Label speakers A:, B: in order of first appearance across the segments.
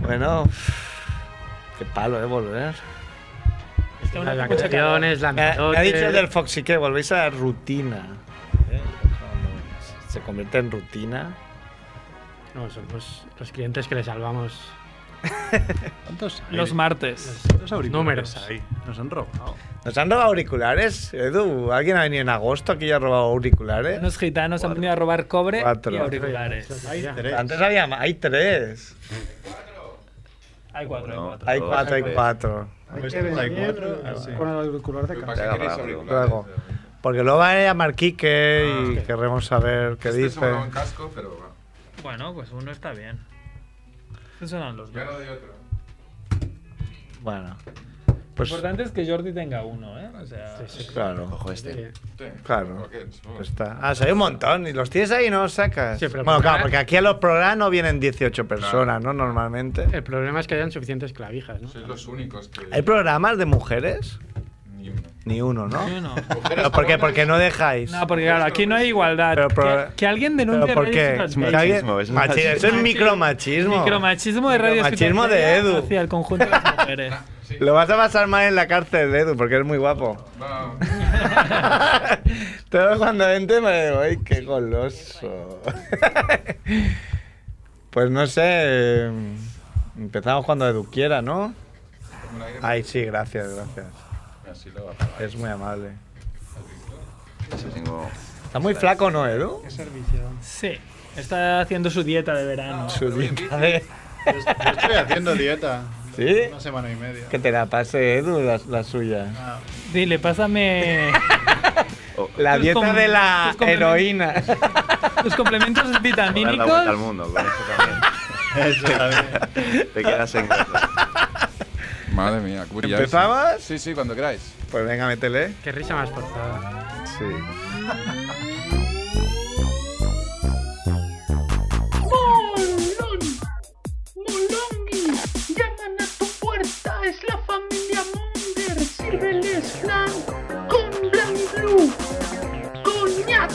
A: Bueno, qué palo, ¿eh? Volver.
B: Es que aún
C: Las
B: hace mucho calor.
C: vacaciones, la
A: Me ha, me ha dicho
C: mitote.
A: del Foxy que volvéis a la rutina. ¿eh? Cuando Se convierte en rutina.
C: No, somos los clientes que le salvamos
D: ¿Cuántos hay?
B: Los martes.
D: ¿Cuántos auriculares
C: números.
D: hay? Nos han robado.
A: ¿Nos han robado auriculares, Edu? ¿Alguien ha venido en agosto aquí y ha robado auriculares?
B: Unos gitanos han venido a robar cobre
A: Cuatro.
B: y auriculares.
C: Hay
E: tres.
A: Antes había ma- hay tres.
B: Hay cuatro, hay
E: Uno,
B: cuatro.
A: Hay
E: dos,
A: cuatro, hay
E: tres.
A: cuatro.
E: Pues hay cuatro, ah, sí.
F: Con el auricular de
G: Pero
F: casa.
G: para qué queréis
E: Te agarra,
G: auriculares.
A: Luego. Porque luego va a llamar Quique
C: Ah,
A: y
C: ok.
A: querremos saber qué
G: Este
A: dice.
G: se guardaba en casco, pero bueno.
B: Bueno, pues uno está bien. ¿Qué suenan los
G: Yo
B: dos?
G: no doy otro.
A: Bueno,
B: Lo
A: pues
B: importante es que Jordi tenga uno, ¿eh? O sea,
A: claro.
E: Ojo este.
G: Sí.
A: Claro.
G: Ok, supongo.
A: pues está. Ah, sí, hay un montón. Y los tienes ahí y no los sacas.
C: Sí, pero
A: bueno,
C: por
A: claro,
C: programa-
A: porque aquí a los programas no vienen 18 personas, ¿no? Normalmente.
C: El problema es que hayan suficientes clavijas, ¿no?
G: Sois los únicos que.
A: ¿Hay programas de mujeres?
G: Ni uno.
A: Ni uno, ¿no?
B: yo no.
A: ¿Pero ¿Por qué? Porque no dejáis.
B: No, porque claro, aquí no hay igualdad.
A: Pero, pero-
B: que, que alguien denuncie
A: ¿Pero por qué?
B: Radio Ciutat
A: Que
B: Media.
A: alguien-
E: Machismo, es
A: Machi-
E: machismo.
A: Eso es micromachismo.
B: Micromachismo de Radio Ciutat
A: Micromachismo de
B: Media
A: Edu.
B: Hacia el conjunto de las mujeres.
G: Sí.
A: Lo vas a pasar mal en la cárcel, Edu, porque eres muy guapo.
G: No.
A: Todo cuando entre me digo, ¡ay, qué goloso! pues no sé. eh, Empezamos cuando Edu quiera, ¿no?
G: Un aire.
A: Ay, sí, gracias, gracias.
G: Así lo va a pagar.
A: Es muy amable.
E: Eso tengo-
A: Está muy flaco, ¿no, Edu?
B: Sí. Está haciendo su dieta de verano.
A: Su dieta de-
E: Yo estoy
F: Estoy haciendo dieta.
A: ¿Sí?
F: Una semana y media.
A: Que te la pase Edu, la, la suya.
F: Ah,
B: Dile, pásame
E: Oh.
A: La
B: Tus
A: dieta
B: com-
A: de la
B: tus complementos.
A: heroína.
B: tus complementos
E: Voy a dar la vuelta al
B: vitamínicos.
E: mundo con eso
F: Eso
E: también.
F: también.
E: Te quedas en casa.
G: Madre mía, Curi, ya
A: ¿Empezabas?
G: ves. Sí, sí, cuando queráis.
A: Pues venga, métele.
C: Qué risa más forzada.
A: Sí.
H: Molongi, Molongi, llaman a tu puerta, es la familia Munger, sírveles flan con Blanc Blue, coñac,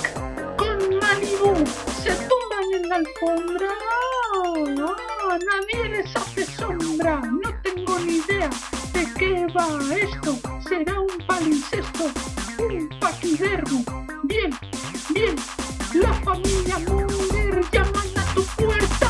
H: con Malibu, se tumban en la alfombra, Ah, nadie les hace sombra, no tengo ni idea de qué va esto, será un palincesto, un paquidermo, bien, bien, la familia Munger llaman a tu puerta.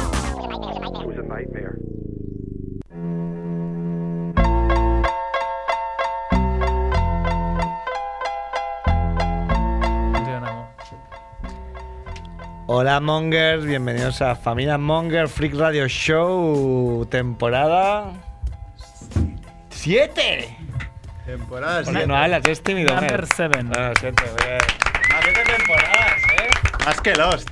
A: Hola Mongers, bienvenidos a Familia Monger Freak Radio Show, temporada 7.
F: temporada
A: Porque
F: siete.
A: no hablas, es tímido. ¿eh?
B: Number seven.
A: Bueno, siete, bien. Ah, siete temporadas, ¿eh?
F: Más que Lost.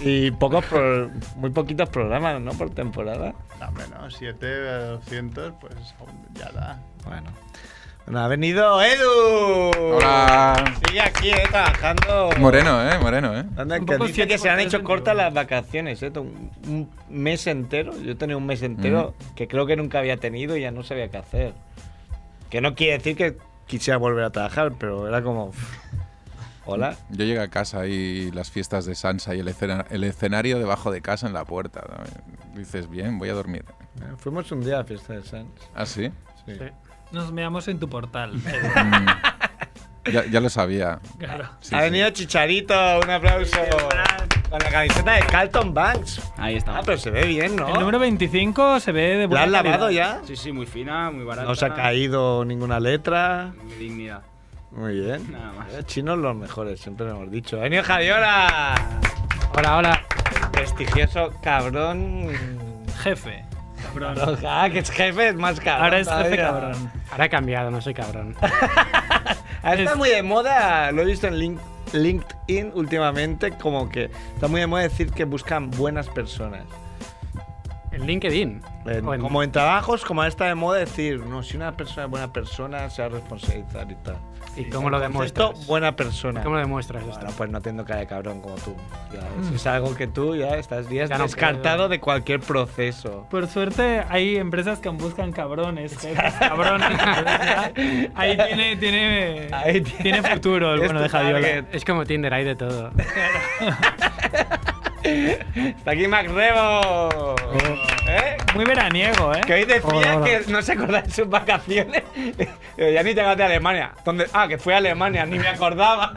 A: Y pocos pro- muy poquitos programas, ¿no? Por temporada.
F: No, hombre, no. 7 a 200, pues aún ya da.
A: Bueno. Bueno, ha venido Edu.
G: Hola.
A: Sigue aquí, eh, trabajando.
G: Moreno, eh, moreno, eh.
A: Anda,
B: Un
A: que
B: poco
A: dice
B: siete
A: que se han
B: por tres
A: hecho cortas
B: veintiuno.
A: las vacaciones, ¿eh? Un, un mes entero. Yo he tenido un mes entero
I: Mm.
A: que creo que nunca había tenido y ya no sabía qué hacer. Que no quiere decir que quisiera volver a trabajar, pero era como. "Uf, Hola.
G: Yo llegué a casa y las fiestas de Sansa y el, escena- el escenario debajo de casa en la puerta. ¿no? Dices, bien, voy a dormir.
A: Eh, Fuimos un día a la fiesta de Sanz.
G: ¿Ah, sí?
A: Sí.
C: Sí.
B: Nos veamos en tu portal.
G: Mm. ya, ya lo sabía.
B: Claro.
G: Sí,
A: ha
G: sí.
A: venido Chicharito, un aplauso. Con la camiseta de Carlton Banks.
I: Ahí
A: Ah,
I: estamos.
A: pero se ve bien, ¿no?
B: El número 25 se ve de
A: ¿La
B: buena
A: has lavado
B: calidad.
A: ya?
I: Sí, sí, muy fina, muy barata.
A: No se ha caído ninguna letra.
I: Mi dignidad.
A: Muy bien.
I: Nada más.
A: Eh, Chinos los mejores, siempre lo hemos dicho. ¡Ha venido Javiola!
C: Hola, hola.
A: Prestigioso cabrón.
B: Jefe. Cabrón.
A: Ah, que es jefe, es más cabrón.
B: Ahora es jefe
A: todavía.
B: cabrón.
C: Ahora he cambiado, no soy cabrón.
A: Ahora Ah, está muy de moda, lo he visto en Link- LinkedIn últimamente, como que está muy de moda decir que buscan buenas personas.
C: En LinkedIn.
A: En-
C: O en-
A: Como en trabajos, como ahora está de moda decir, no, si una persona es buena persona, se va a responsabilizar y tal.
C: ¿Y cómo lo
A: Esto,
C: demuestras?
A: buena persona.
C: ¿Cómo lo demuestras esto? Mm.
A: Bueno, pues no tengo cara de cabrón como tú. ya ves. Es algo que tú ya estás ya
C: Ya no
A: descartado
C: puedo.
A: de cualquier proceso.
B: Por suerte hay empresas que buscan cabrones, jefes, cabrones. entonces, Ahí tiene, tiene,
A: Ahí tiene-
B: tiene futuro el
A: Es
B: bueno
A: tu
B: de Javiola.
A: target.
C: Es como Tinder, hay de todo.
A: Está aquí Mac Rebo. ¿Eh?
B: Muy veraniego, ¿eh?
A: Que hoy decía
C: Hola, hola.
A: que no se acordaba de sus vacaciones. Yo, ya ni te de Alemania. ¿Dónde? Ah, que fue a Alemania, ni me acordaba.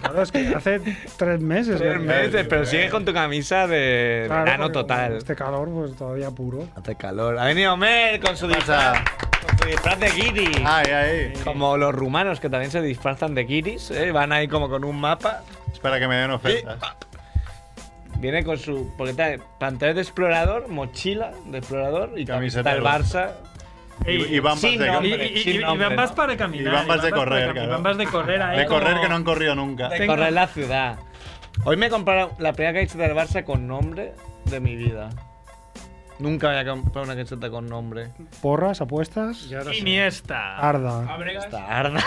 C: Claro, es que hace tres meses.
A: Tres
C: ¿no?
A: meses, pero sigues con tu camisa de
C: Claro,
A: verano
C: porque
A: total.
C: Este calor, pues todavía puro.
A: Hace calor. Ha venido Mer con su disfraz. Con su disfraz de Kitty.
F: Ay, ay.
A: Como los rumanos que también se disfrazan de kitties, ¿eh? van ahí como con un mapa.
F: Es para que me den ofertas.
A: Viene con su. Porque trae pantalón de explorador, mochila de explorador y también
F: Camiseta
A: está el Barça.
F: Y, y van más
A: Sí, no,
B: Y,
F: de,
A: hombre,
B: y- y-
A: sin
B: y
A: nombre,
B: van más
A: ¿no?
B: para caminar.
F: Y van más de
B: para
F: correr,
B: cami-
F: claro.
B: van más de correr ahí.
F: de correr
B: como-
F: que no han corrido nunca.
A: De
B: Tengo-
A: correr la ciudad. Hoy me he comprado la primera camiseta del Barça con nombre de mi vida. Nunca había comprado una camiseta con nombre.
C: Porras, apuestas.
D: Ya lo sé.
B: Iniesta.
C: Arda.
B: Fábregas,
A: Está arda.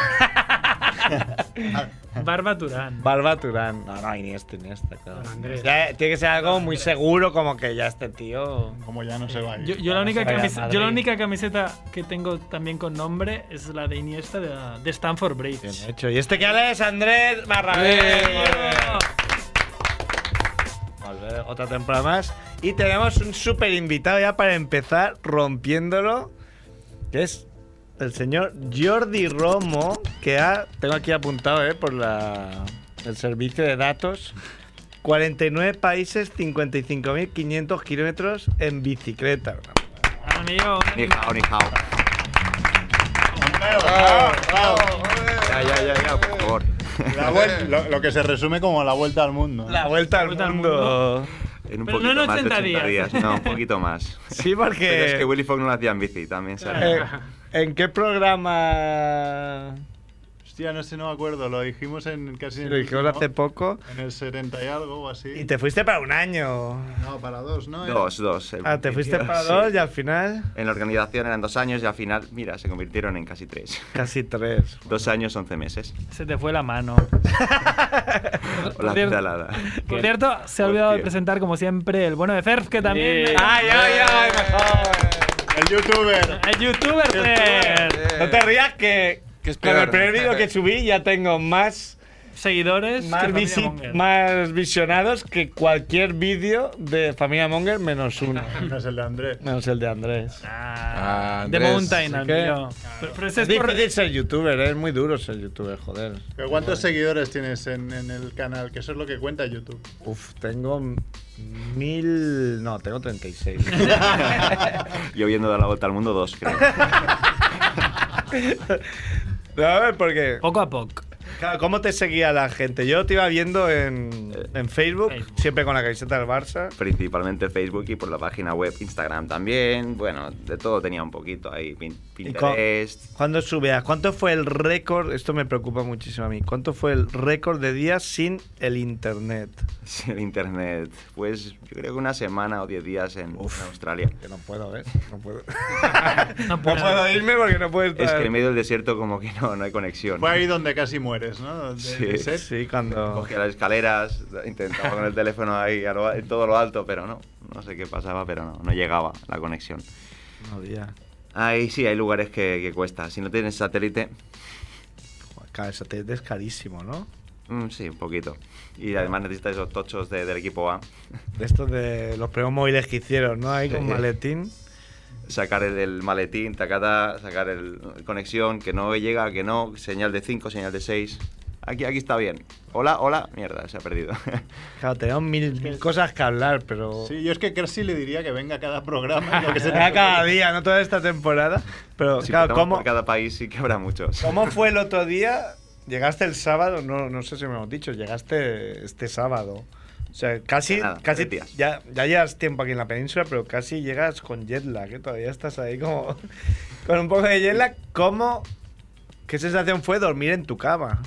B: Barba Turán.
A: Barba Turán. No, no, Iniesta, Iniesta, este, claro.
D: Don Andrés.
A: Ya, tiene que ser algo muy seguro, como que ya este tío.
F: Como ya no se va a ir.
B: Yo, yo la única
A: Vaya
B: camis-
A: Madrid.
B: yo la única camiseta que tengo también con nombre es la de Iniesta de, de Stanford
A: Bien
B: Bridge.
A: hecho. Y este que habla es Andrés Barrabé.
B: Eh,
A: Volver otra temporada más. Y tenemos un súper invitado ya para empezar rompiéndolo, que es el señor Jordi Romo, que ha, tengo aquí apuntado eh, por la, el servicio de datos. 49 países, 55.500 kilómetros en bicicleta.
B: Amigo,
E: Ni hao, ni hao. Ya, ya, ya, ya, por favor.
F: La vuel- lo, lo que se resume como la vuelta al mundo.
A: La vuelta al
B: Vuelta al
A: mundo.
E: En un
B: Pero
E: poquito
B: no en
E: más de
B: 80
E: 80 días.
B: días.
E: No, un poquito más.
A: Sí, porque...
E: Pero es que Willy Fox no lo hacía en bici también, ¿sabes?
A: Eh, ¿En qué programa
F: Hostia, no sé, no me acuerdo. Lo dijimos en casi. en
A: lo
F: el
A: dijimos
F: último,
A: hace poco?
F: En el 70 y algo o así.
A: Y te fuiste para un año.
F: No, para dos, ¿no?
E: Dos, dos. en
A: Ah, te fuiste
E: principio.
A: para
E: Sí.
A: dos y al final
E: En la organización eran dos años y al final, mira, se convirtieron en casi tres.
A: casi tres.
E: Dos años, once meses.
B: se te fue la mano.
E: Hola,
B: Cierto.
E: pedalada.
B: Por cierto, se ha olvidado de presentar, como siempre, el bueno de Cerf, que también. Eh,
A: Bien. Ay, ay, ay, mejor.
F: El youtuber.
B: ¡El youtuber Cerf!
A: No te rías que
G: Eh. Que es
A: con el
G: peor.
A: primer vídeo que subí ya tengo más,
B: Seguidores. que
A: más,
B: familia
A: visi-
B: Monger.
A: más visionados que cualquier vídeo de Familia Monger menos uno.
F: No es el de Andrés.
A: Menos el de Andrés.
B: Ah,
G: Ah,
B: The
G: Andrés,
B: Mountain,
A: así que-
B: amigo. Pero, pero ese
A: Es
B: es por-
A: difícil ser youtuber, ¿eh? es muy duro ser youtuber, joder.
F: ¿Pero ¿Cuántos seguidores tienes en, en el canal? Que eso es lo que cuenta YouTube.
A: Uf, tengo mil... No, tengo 36.
E: Yo viendo dar la vuelta al mundo, dos, creo.
A: No, a ver, porque...
B: Poco a poco.
A: Claro, ¿Cómo te seguía la gente? Yo te iba viendo en, en Facebook,
B: Facebook.
A: siempre con la camiseta del Barça.
E: Principalmente Facebook y por la página web, Instagram también. Bueno, de todo tenía un poquito ahí. Pin-
A: ¿Y co-
E: Pinterest.
A: ¿Cuándo subías? ¿Cuánto fue el récord? Esto me preocupa muchísimo a mí. ¿Cuánto fue el récord de días sin el internet?
E: El internet. Pues yo creo que una semana o diez días en, en Australia.
A: Que no puedo, ¿ves? No puedo.
B: No
A: no
B: puedo.
A: puedo irme porque no puedo
E: Es
A: estar.
E: que en medio del desierto como que no, no hay conexión.
F: Fue ahí donde casi mueres, ¿no? De-
E: Sí.
F: de sed.
A: Sí, cuando.
E: Cogía las escaleras, intentaba con el teléfono ahí a lo- en todo lo alto, pero no. No sé qué pasaba, pero no, no llegaba la conexión.
A: No, día.
E: Ahí sí, hay lugares que, que cuesta. Si no tienes satélite,
A: Claro, eso te es carísimo, ¿no?
E: mm, sí, un poquito. Y además necesitas esos tochos de- del equipo A.
A: De estos de los primeros móviles que hicieron, ¿no? Ahí con
E: Sí.
A: maletín.
E: Sacar el, el maletín, tacata, sacar el, el conexión, que no llega, que no, señal de 5, señal de 6. Aquí, aquí está bien. Hola, hola, mierda, se ha perdido.
A: Claro, tenemos mil, mil cosas que hablar, pero.
F: Sí, yo es que casi le diría que venga a cada programa. Lo que se
A: Será cada día, no toda esta temporada. Pero,
E: si
A: claro,
E: contamos
A: ¿cómo,
E: por cada país sí que habrá muchos.
A: ¿Cómo fue el otro día? Llegaste el sábado, no, no sé si me lo has dicho, llegaste este sábado. O sea, casi,
E: De nada,
A: casi
E: tres días.
A: ya, ya llevas tiempo aquí en la península, pero casi llegas con jet lag, que todavía estás ahí como con un poco de jet lag. ¿Cómo? ¿Qué sensación fue dormir en tu cama?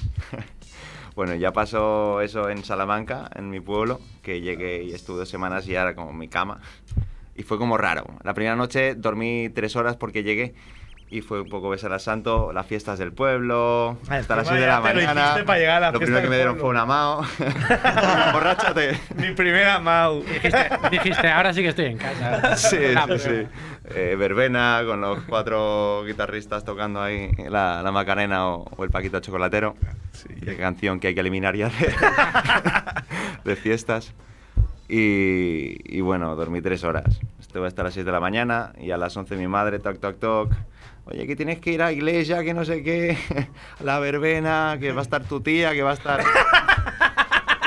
E: Bueno, ya pasó eso en Salamanca, en mi pueblo, que llegué y estuve dos semanas y ya era como mi cama. Y fue como raro. La primera noche dormí tres horas porque llegué y fue un poco besar al santo, las fiestas del pueblo,
A: Ah,
E: hasta las
A: encima
E: 6 de
A: ya
E: la
A: te lo
E: mañana.
A: hiciste para llegar a la
E: lo primero
A: fiesta
E: que
A: del
E: me dieron
A: pueblo.
E: fue una mao. Borráchate.
A: Mi primera Mau.
D: Dijiste, ahora sí que estoy en casa.
E: Sí, sí, sí. Eh, verbena con los cuatro guitarristas tocando ahí la, la Macarena o, o el Paquito Chocolatero. Qué canción que hay que eliminar ya de, de fiestas. Y, y bueno, dormí tres horas. estuve hasta las 6 de la mañana y a las 11 mi madre, toc, toc, toc. Oye, que tienes que ir a iglesia, que no sé qué, a la verbena, que va a estar tu tía, que va a estar...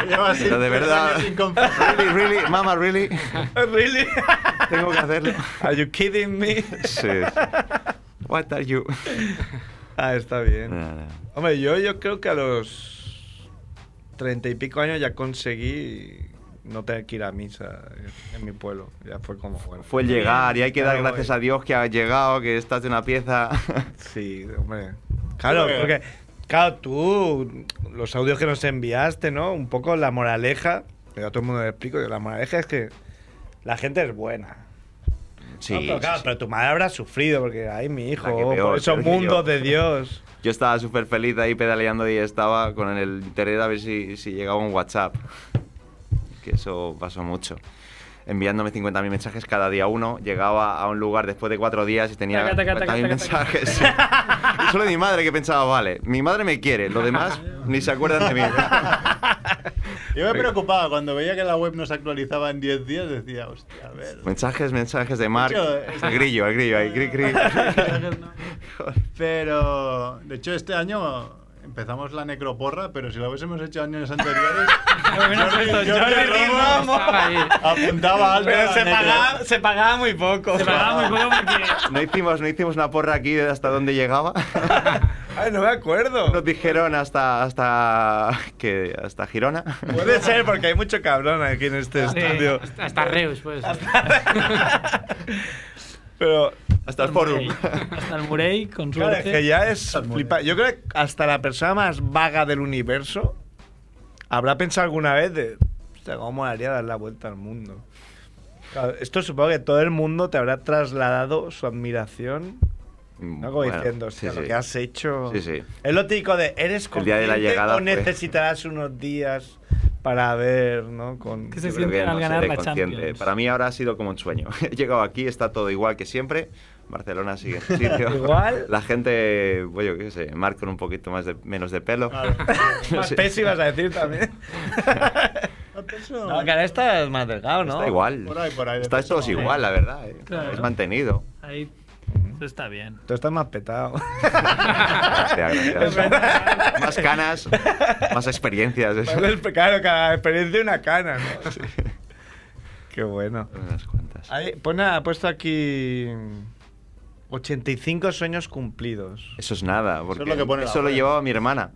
F: Llevas
E: Pero de
F: cinco
E: verdad,
F: años sin comprar.
E: really, really, mama, really,
A: Really?
E: tengo que hacerlo.
A: Are you kidding me?
E: Sí. What are you?
A: Ah, está bien. Hombre, yo, yo creo que a los treinta y pico años ya conseguí no tener que ir a misa en, en mi pueblo. Ya fue como bueno.
E: Fue el llegar y hay que dar
A: Claro,
E: gracias
A: voy.
E: a Dios que ha llegado, que estás de una pieza.
A: Sí, hombre. Claro, porque. Claro, tú, los audios que nos enviaste, ¿no? Un poco la moraleja, que yo a todo el mundo le explico, yo, la moraleja es que la gente es buena.
E: Sí,
A: No, pero, claro,
E: sí, sí.
A: pero tu madre habrá sufrido porque, ay, mi hijo,
E: La que
A: oh,
E: peor,
A: por esos
E: peor que yo.
A: mundos de Dios.
E: Yo estaba súper feliz ahí pedaleando y estaba con el interés a ver si, si llegaba un WhatsApp. Que eso pasó mucho. Enviándome 50.000 mensajes cada día uno, llegaba a un lugar después de cuatro días y tenía
B: Taca, taca, taca,
E: 50.000
B: taca,
E: mensajes. Sí. Y Solo mi madre que pensaba, vale, mi madre me quiere, lo demás ni se acuerdan de mí.
F: Yo me preocupaba cuando veía que la web no se actualizaba en 10 días, decía, hostia, a ver.
E: Mensajes, mensajes de Mark.
F: Mucho-
E: El grillo, el grillo ahí, cri, cri.
F: Pero, de hecho, este año empezamos la necroporra, pero si la hubiésemos hecho años anteriores,
B: Lo hubieras
F: Jordi-
B: puesto
F: Jordi
B: Jordi
F: Ramos
B: Ramos.
D: Estaba ahí.
F: apuntaba alto. a
A: Pero
F: la
A: se
F: necro.
A: pagaba, se pagaba muy poco.
B: Se pagaba muy poco porque
E: No hicimos, no hicimos una porra aquí de hasta dónde llegaba.
A: Ay, no me acuerdo.
E: Nos dijeron hasta hasta que hasta Girona.
A: Puede ser, porque hay mucho cabrón aquí en este
D: Sí,
A: estudio.
D: hasta, hasta Reus, pues.
A: Pero
E: Hasta el forum.
B: hasta el Murey con
A: claro, es
B: suerte.
A: que ya es
F: Salmón.
A: flipa- Yo creo que hasta la persona más vaga del universo habrá pensado alguna vez de, hostia, ¿cómo molaría dar la vuelta al mundo? Claro, esto supongo que todo el mundo te habrá trasladado su admiración, ¿no? Como
E: Mm, Bueno,
A: diciendo,
E: sí,
A: hostia, lo
E: sí.
A: que has hecho.
E: Sí, sí.
A: Es lo típico de, ¿eres
E: El día de la
A: consciente
E: llegada
A: o
E: fue-
A: necesitarás unos días para ver, ¿no? Con...
B: ¿Qué se
E: Yo creo
B: siente
E: que,
B: al
E: no
B: ganar
E: seré
B: la
E: consciente.
B: Champions?
E: Para mí ahora ha sido como un sueño. He llegado aquí, está todo igual que siempre. Barcelona sigue en su sitio.
A: Igual.
E: La gente, bueno, yo qué sé, Mark con un poquito más de, menos de pelo.
F: Claro.
A: Más
E: Sí.
A: peso ibas a decir también.
F: No, peso.
A: No, que ahora estás más delgado, ¿no?
E: Está igual.
F: Por ahí, por ahí, de
E: Está
F: peso.
E: todos igual, la verdad. eh.
B: Claro.
E: Es mantenido.
B: Ahí eso está bien.
A: Tú estás más petado.
E: Gracias, gracias. más canas, más experiencias. eso.
A: claro, cada experiencia una cana, ¿no? Qué bueno.
E: Unas cuantas.
A: Ahí, pone, ha puesto aquí 85 sueños cumplidos.
E: Eso es nada, porque
F: lo que pone la
E: eso lo
F: web.
E: llevaba mi hermana.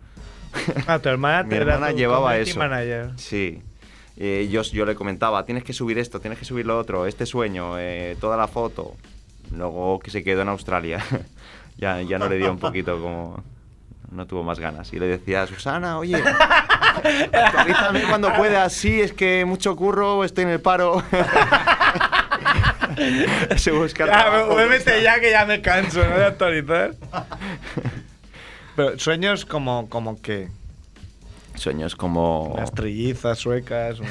A: Ah, tu hermana
E: Mi
A: te
E: hermana
A: era tu
E: llevaba
A: community
E: eso.
A: manager.
E: Sí. Eh, yo, yo le comentaba, tienes que subir esto, tienes que subir lo otro, este sueño, eh, toda la foto. Luego que se quedó en Australia. ya, ya no le dio un poquito como... No tuvo más ganas. Y le decía, Susana, oye, actualízame cuando puedas. Sí, es que mucho curro, estoy en el paro. se busca
A: Ya,
E: trabajo.
A: muévete ya que ya me canso, ¿no? De actualizar. Pero sueños como, como que
E: Sueños como,
A: las trillizas suecas. un-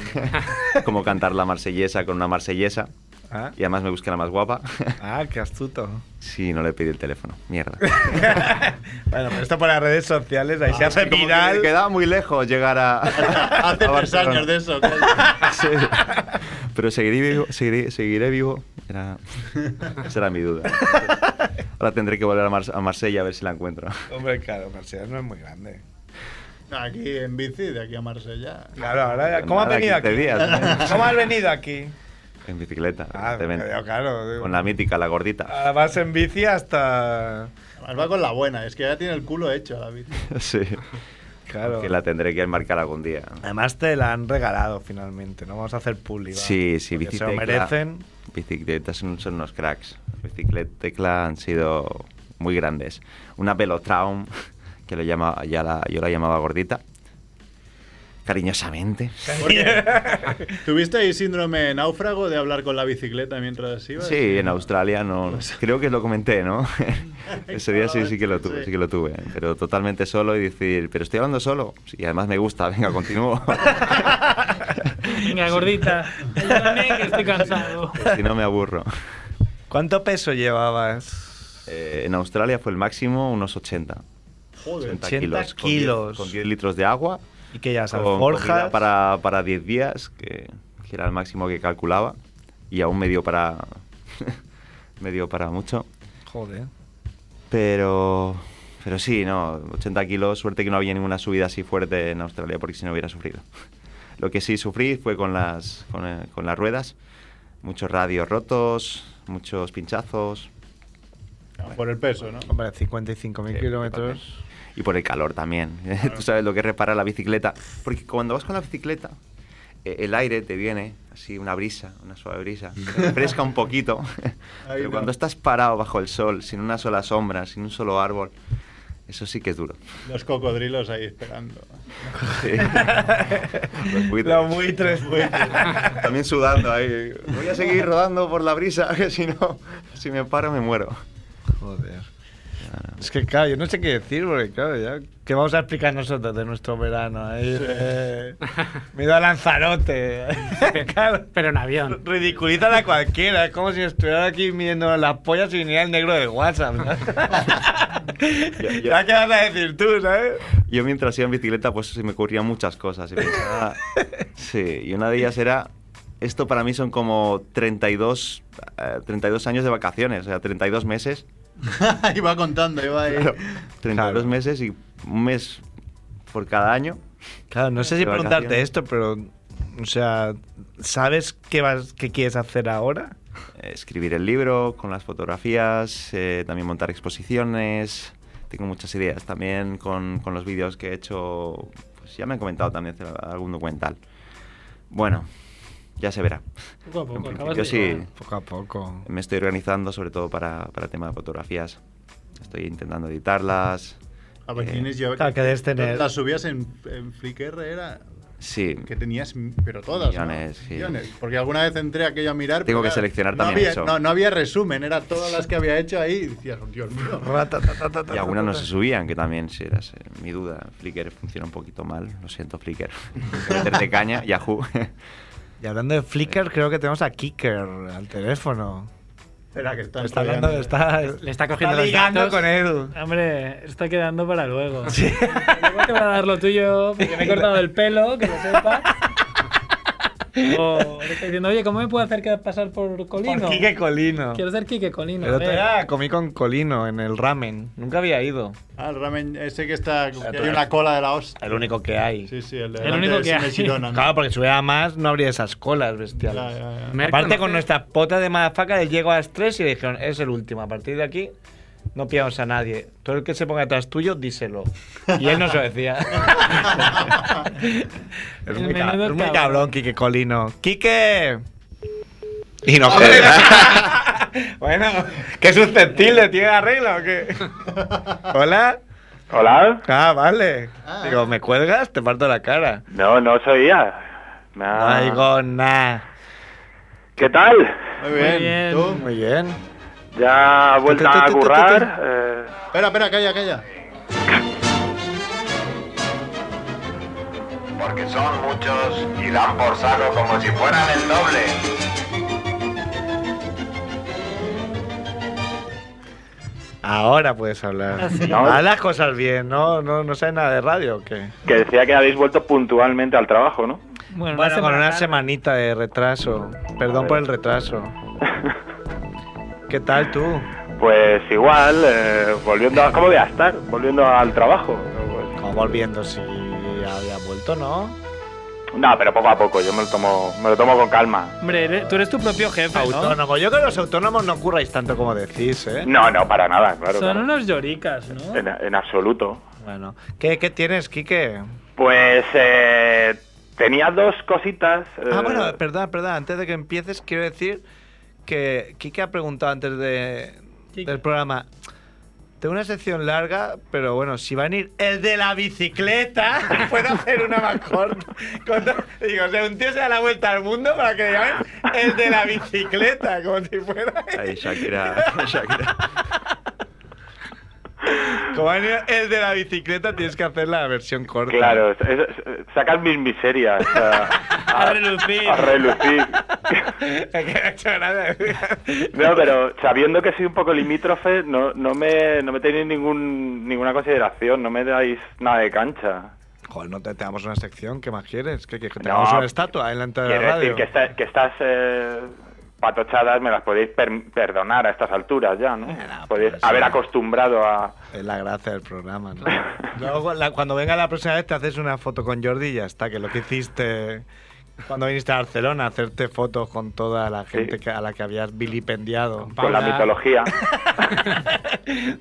E: como cantar la marsellesa con una marsellesa.
A: ¿Ah?
E: Y además me busqué la más guapa.
A: ah, qué astuto.
E: Sí, no le pedí el teléfono. Mierda.
A: bueno, pero esto por las redes sociales, ahí se hace
E: Ah, Como que me
A: viral.
E: quedaba muy lejos llegar a. a
F: Hace tres
E: Barcelona.
F: años de eso.
E: Sí. Pero seguiré vivo. Seguiré, seguiré vivo. Era- Esa era mi duda. Ahora tendré que volver a, Mar- a Marsella a ver si la encuentro.
A: Hombre, claro, Marsella no es muy grande.
F: Aquí en bici, de aquí a Marsella.
A: Claro, ahora, ¿cómo has
E: Nada,
A: venido aquí?
E: 15 días, ¿no?
A: ¿Cómo has venido aquí?
E: En bicicleta.
A: Ah,
E: evidentemente.
A: pero claro. digo,
E: Con la mítica, la gordita.
A: Ahora vas en bici hasta...
F: Además va con la buena, es que ya tiene el culo hecho la bici.
E: Sí.
A: Ah. Claro.
E: Que la tendré que enmarcar algún día.
A: Además te la han regalado finalmente, no vamos a hacer público.
E: Sí, sí,
A: Porque Se lo
E: bicicleta.
A: merecen.
E: Bicicletas son, son unos cracks. Bicicleta tecla han sido muy grandes. Una Velotraum, que lo llama, ya la- yo la llamaba gordita. Cariñosamente.
F: ¿Tuvisteis síndrome náufrago de hablar con la bicicleta mientras ibas?
E: Sí, en Australia no. Creo que lo comenté, ¿no? Ese día sí, sí que lo tuve, sí que lo tuve. Pero totalmente solo y decir, pero estoy hablando solo. Sí, Y además me gusta, venga, continúo.
B: Venga, gordita. Ayúdame que estoy cansado.
E: si no me aburro.
A: ¿Cuánto peso llevabas?
E: Eh, en Australia fue el máximo unos 80.
F: Joder.
E: 80,
A: 80
E: kilos. con diez-
A: Pues kilos.
E: Con 10 litros de agua.
A: Y que ya las
E: con comida
A: alforjas.
E: para para 10 días, que, que era el máximo que calculaba, y aún me dio para, me dio para mucho.
A: Joder.
E: Pero, pero sí, no, 80 kilos, suerte que no había ninguna subida así fuerte en Australia porque si no hubiera sufrido. Lo que sí sufrí fue con las, con, eh, con las ruedas, muchos radios rotos, muchos pinchazos
F: Por el peso, ¿no?
A: Hombre, 55.000
E: Sí,
A: kilómetros.
E: y por el calor también. Tú sabes lo que es reparar la bicicleta, porque cuando vas con la bicicleta, eh, el aire te viene así una brisa, una suave brisa, que te refresca un poquito.
F: Ahí
E: Pero
F: no.
E: cuando estás parado bajo el sol, sin una sola sombra, sin un solo árbol, eso sí que es duro.
F: Los cocodrilos ahí esperando.
E: Sí. Los buitres.
A: buitres. pues.
E: También sudando ahí. Voy a seguir rodando por la brisa, que si no, si me paro me muero.
A: Joder. Es que, claro, yo no sé qué decir, porque, claro, ya. ¿Qué vamos a explicar nosotros de nuestro verano? Ahí, eh, me he ido a Lanzarote. claro.
D: Pero en avión.
A: Ridiculizan a cualquiera, es como si estuviera aquí midiendo las pollas y viniera el negro del WhatsApp. ¿no?
E: Yo- yo-
A: Ya, ¿Qué vas a decir tú, sabes?
E: Yo mientras iba en bicicleta, pues se me ocurrían muchas cosas. Y pensaba- sí, y una de ellas era, esto para mí son como 32, eh, 32 años de vacaciones, o sea, 32 meses.
F: iba contando, iba ahí.
E: Claro, 32
A: Claro.
E: meses y un mes por cada año.
A: Claro, no sé si
E: De
A: preguntarte
E: vacaciones.
A: esto, pero. O sea, ¿sabes qué, vas, qué quieres hacer ahora?
E: Eh, Escribir el libro con las fotografías, eh, también montar exposiciones. Tengo muchas ideas también con, con los vídeos que he hecho. Pues ya me han comentado también hacer algún documental. Bueno, ya se verá.
D: Poco a
E: En
D: poco, acabas
E: principio
D: de
E: sí,
A: Poco a poco.
E: me estoy organizando sobre todo para, para el tema de fotografías. Estoy intentando editarlas.
F: A ver, tienes yo.
A: Claro, que debes tener-
F: Las subías en, en Flickr, era.
E: Sí,
F: Que tenías, m- pero todas. ¿no?
E: Millones, sí.
F: Millones. Porque alguna vez entré aquello a mirar.
E: Tengo
F: pero
E: que
F: era-
E: seleccionar
F: no
E: también
F: había,
E: eso.
F: No, no había resumen, era todas las que había hecho ahí. Y decías, Dios mío.
E: y algunas no se subían, que también sí, era eh, mi duda. Flickr funciona un poquito mal, lo siento Flickr. Hay que Meterte caña, Yahoo.
A: Y hablando de Flickr, creo que tenemos a Kicker al teléfono.
F: Espera, que está,
A: Está hablando,
F: enrollando.
A: está,
D: Le está cogiendo los
A: ligando
D: datos.
A: con Edu.
B: Hombre, está quedando para luego. Luego te voy a dar lo tuyo, porque me he cortado el pelo, que lo sepas. O le está diciendo, oye, ¿cómo me puedo hacer que pasar por Colino?
A: Por Quique Colino.
B: Quiero ser Quique Colino.
A: El
B: a
A: otro
B: ver.
A: día comí con Colino en el ramen. Nunca había ido.
F: Ah, el ramen ese que está. Que
A: Espera,
F: tiene
A: espera.
F: una cola de la hostia.
A: El único que hay.
F: Sí, sí, el, de
B: El
F: delante
B: único
F: de
B: que hay.
F: Simechirona, ¿no?
A: Claro, porque si hubiera más, no habría esas colas
F: Ya,
A: bestiales.
F: ya, ya.
D: Mer,
A: Aparte,
D: ¿conoces?
A: con nuestra pota de madafaca, él llegó a las 3 y le dijeron: es el último. A partir de aquí, no pillamos a nadie. Todo el que se ponga atrás tuyo, díselo. Y él no se lo decía. es muy, ca-
B: menudo
A: es muy
B: cabrón.
A: cabrón, Quique Colino. ¡Quique! Y no Bueno, qué susceptible, ¿tiene arreglo o qué? ¿Hola?
I: Hola.
A: Ah, vale. Digo, ¿me cuelgas? Te parto la cara.
I: No, no sabía.
A: No
I: Nah.
A: digo nada.
I: ¿Qué tal?
F: Muy bien.
B: bien.
F: ¿Tú?
A: Muy bien.
I: Ya vuelta
A: Tu, tu,
I: a
A: tu, tu, tu,
I: currar. eh,
F: Espera, espera, calla, calla.
E: Porque son muchos y dan por saco como si fueran el doble.
A: Ahora puedes hablar.
I: No.
A: Haz las cosas bien, ¿no? ¿No, no sabes nada de radio o qué?
I: que decía que habéis vuelto puntualmente al trabajo, ¿no?
B: Bueno, una
A: Bueno, con
B: semana.
A: una semanita de retraso. Perdón por el retraso. ¿Qué tal tú?
I: Pues igual, eh, volviendo a... ¿Cómo voy a estar? Volviendo al trabajo. Pues-
A: Como volviendo si había vuelto, ¿no?
I: no, pero poco a poco, yo me lo tomo, me lo tomo con calma.
B: Hombre, eres- tú eres tu propio jefe, ¿no?
A: Autónomo. Yo creo que los autónomos no curráis tanto como decís, ¿eh?
I: No, no, para nada, claro.
B: Son
I: claro.
B: unos lloricas, ¿no?
I: En, en absoluto.
A: Bueno. ¿Qué, qué tienes, Quique?
I: Pues eh, tenía dos cositas.
A: Ah,
I: eh,
A: bueno, perdón, perdón. Antes de que empieces, quiero decir que Kike ha preguntado antes de,
B: Quique.
A: del programa. Tengo una sección larga, pero bueno, si va a venir el de la bicicleta, puedo hacer una más corta. Corta. Digo, o sea, un tío se da la vuelta al mundo para que le llamen el de la bicicleta, como si fuera.
E: Ahí, Shakira. Shakira.
A: Como va a venir el de la bicicleta, tienes que hacer la versión corta.
I: Claro, es- es- sacan mis miserias. eh, a,
B: relucir.
I: A relucir.
A: Es que me ha hecho gracia.
I: No, pero sabiendo que soy un poco limítrofe, no, no, me, no me tenéis ningún, ninguna consideración, no me dais nada de cancha.
A: Joder, no te, te damos una sección, ¿qué más quieres? ¿Qué quieres? ¿Que tengamos una estatua en la entrada de
I: Quiero
A: la radio?
I: decir que, esta- que estás eh, patochadas me las podéis per- perdonar a estas alturas ya, ¿no?
A: no,
I: podéis
A: pero sí.
I: haber acostumbrado a...
A: pues Es la gracia del programa, ¿no? Luego, la- cuando venga la próxima vez, te haces una foto con Jordi y ya está, que lo que hiciste cuando viniste a Barcelona, hacerte fotos con toda la gente que- a la que habías vilipendiado.
I: con la
B: Paula.
I: mitología.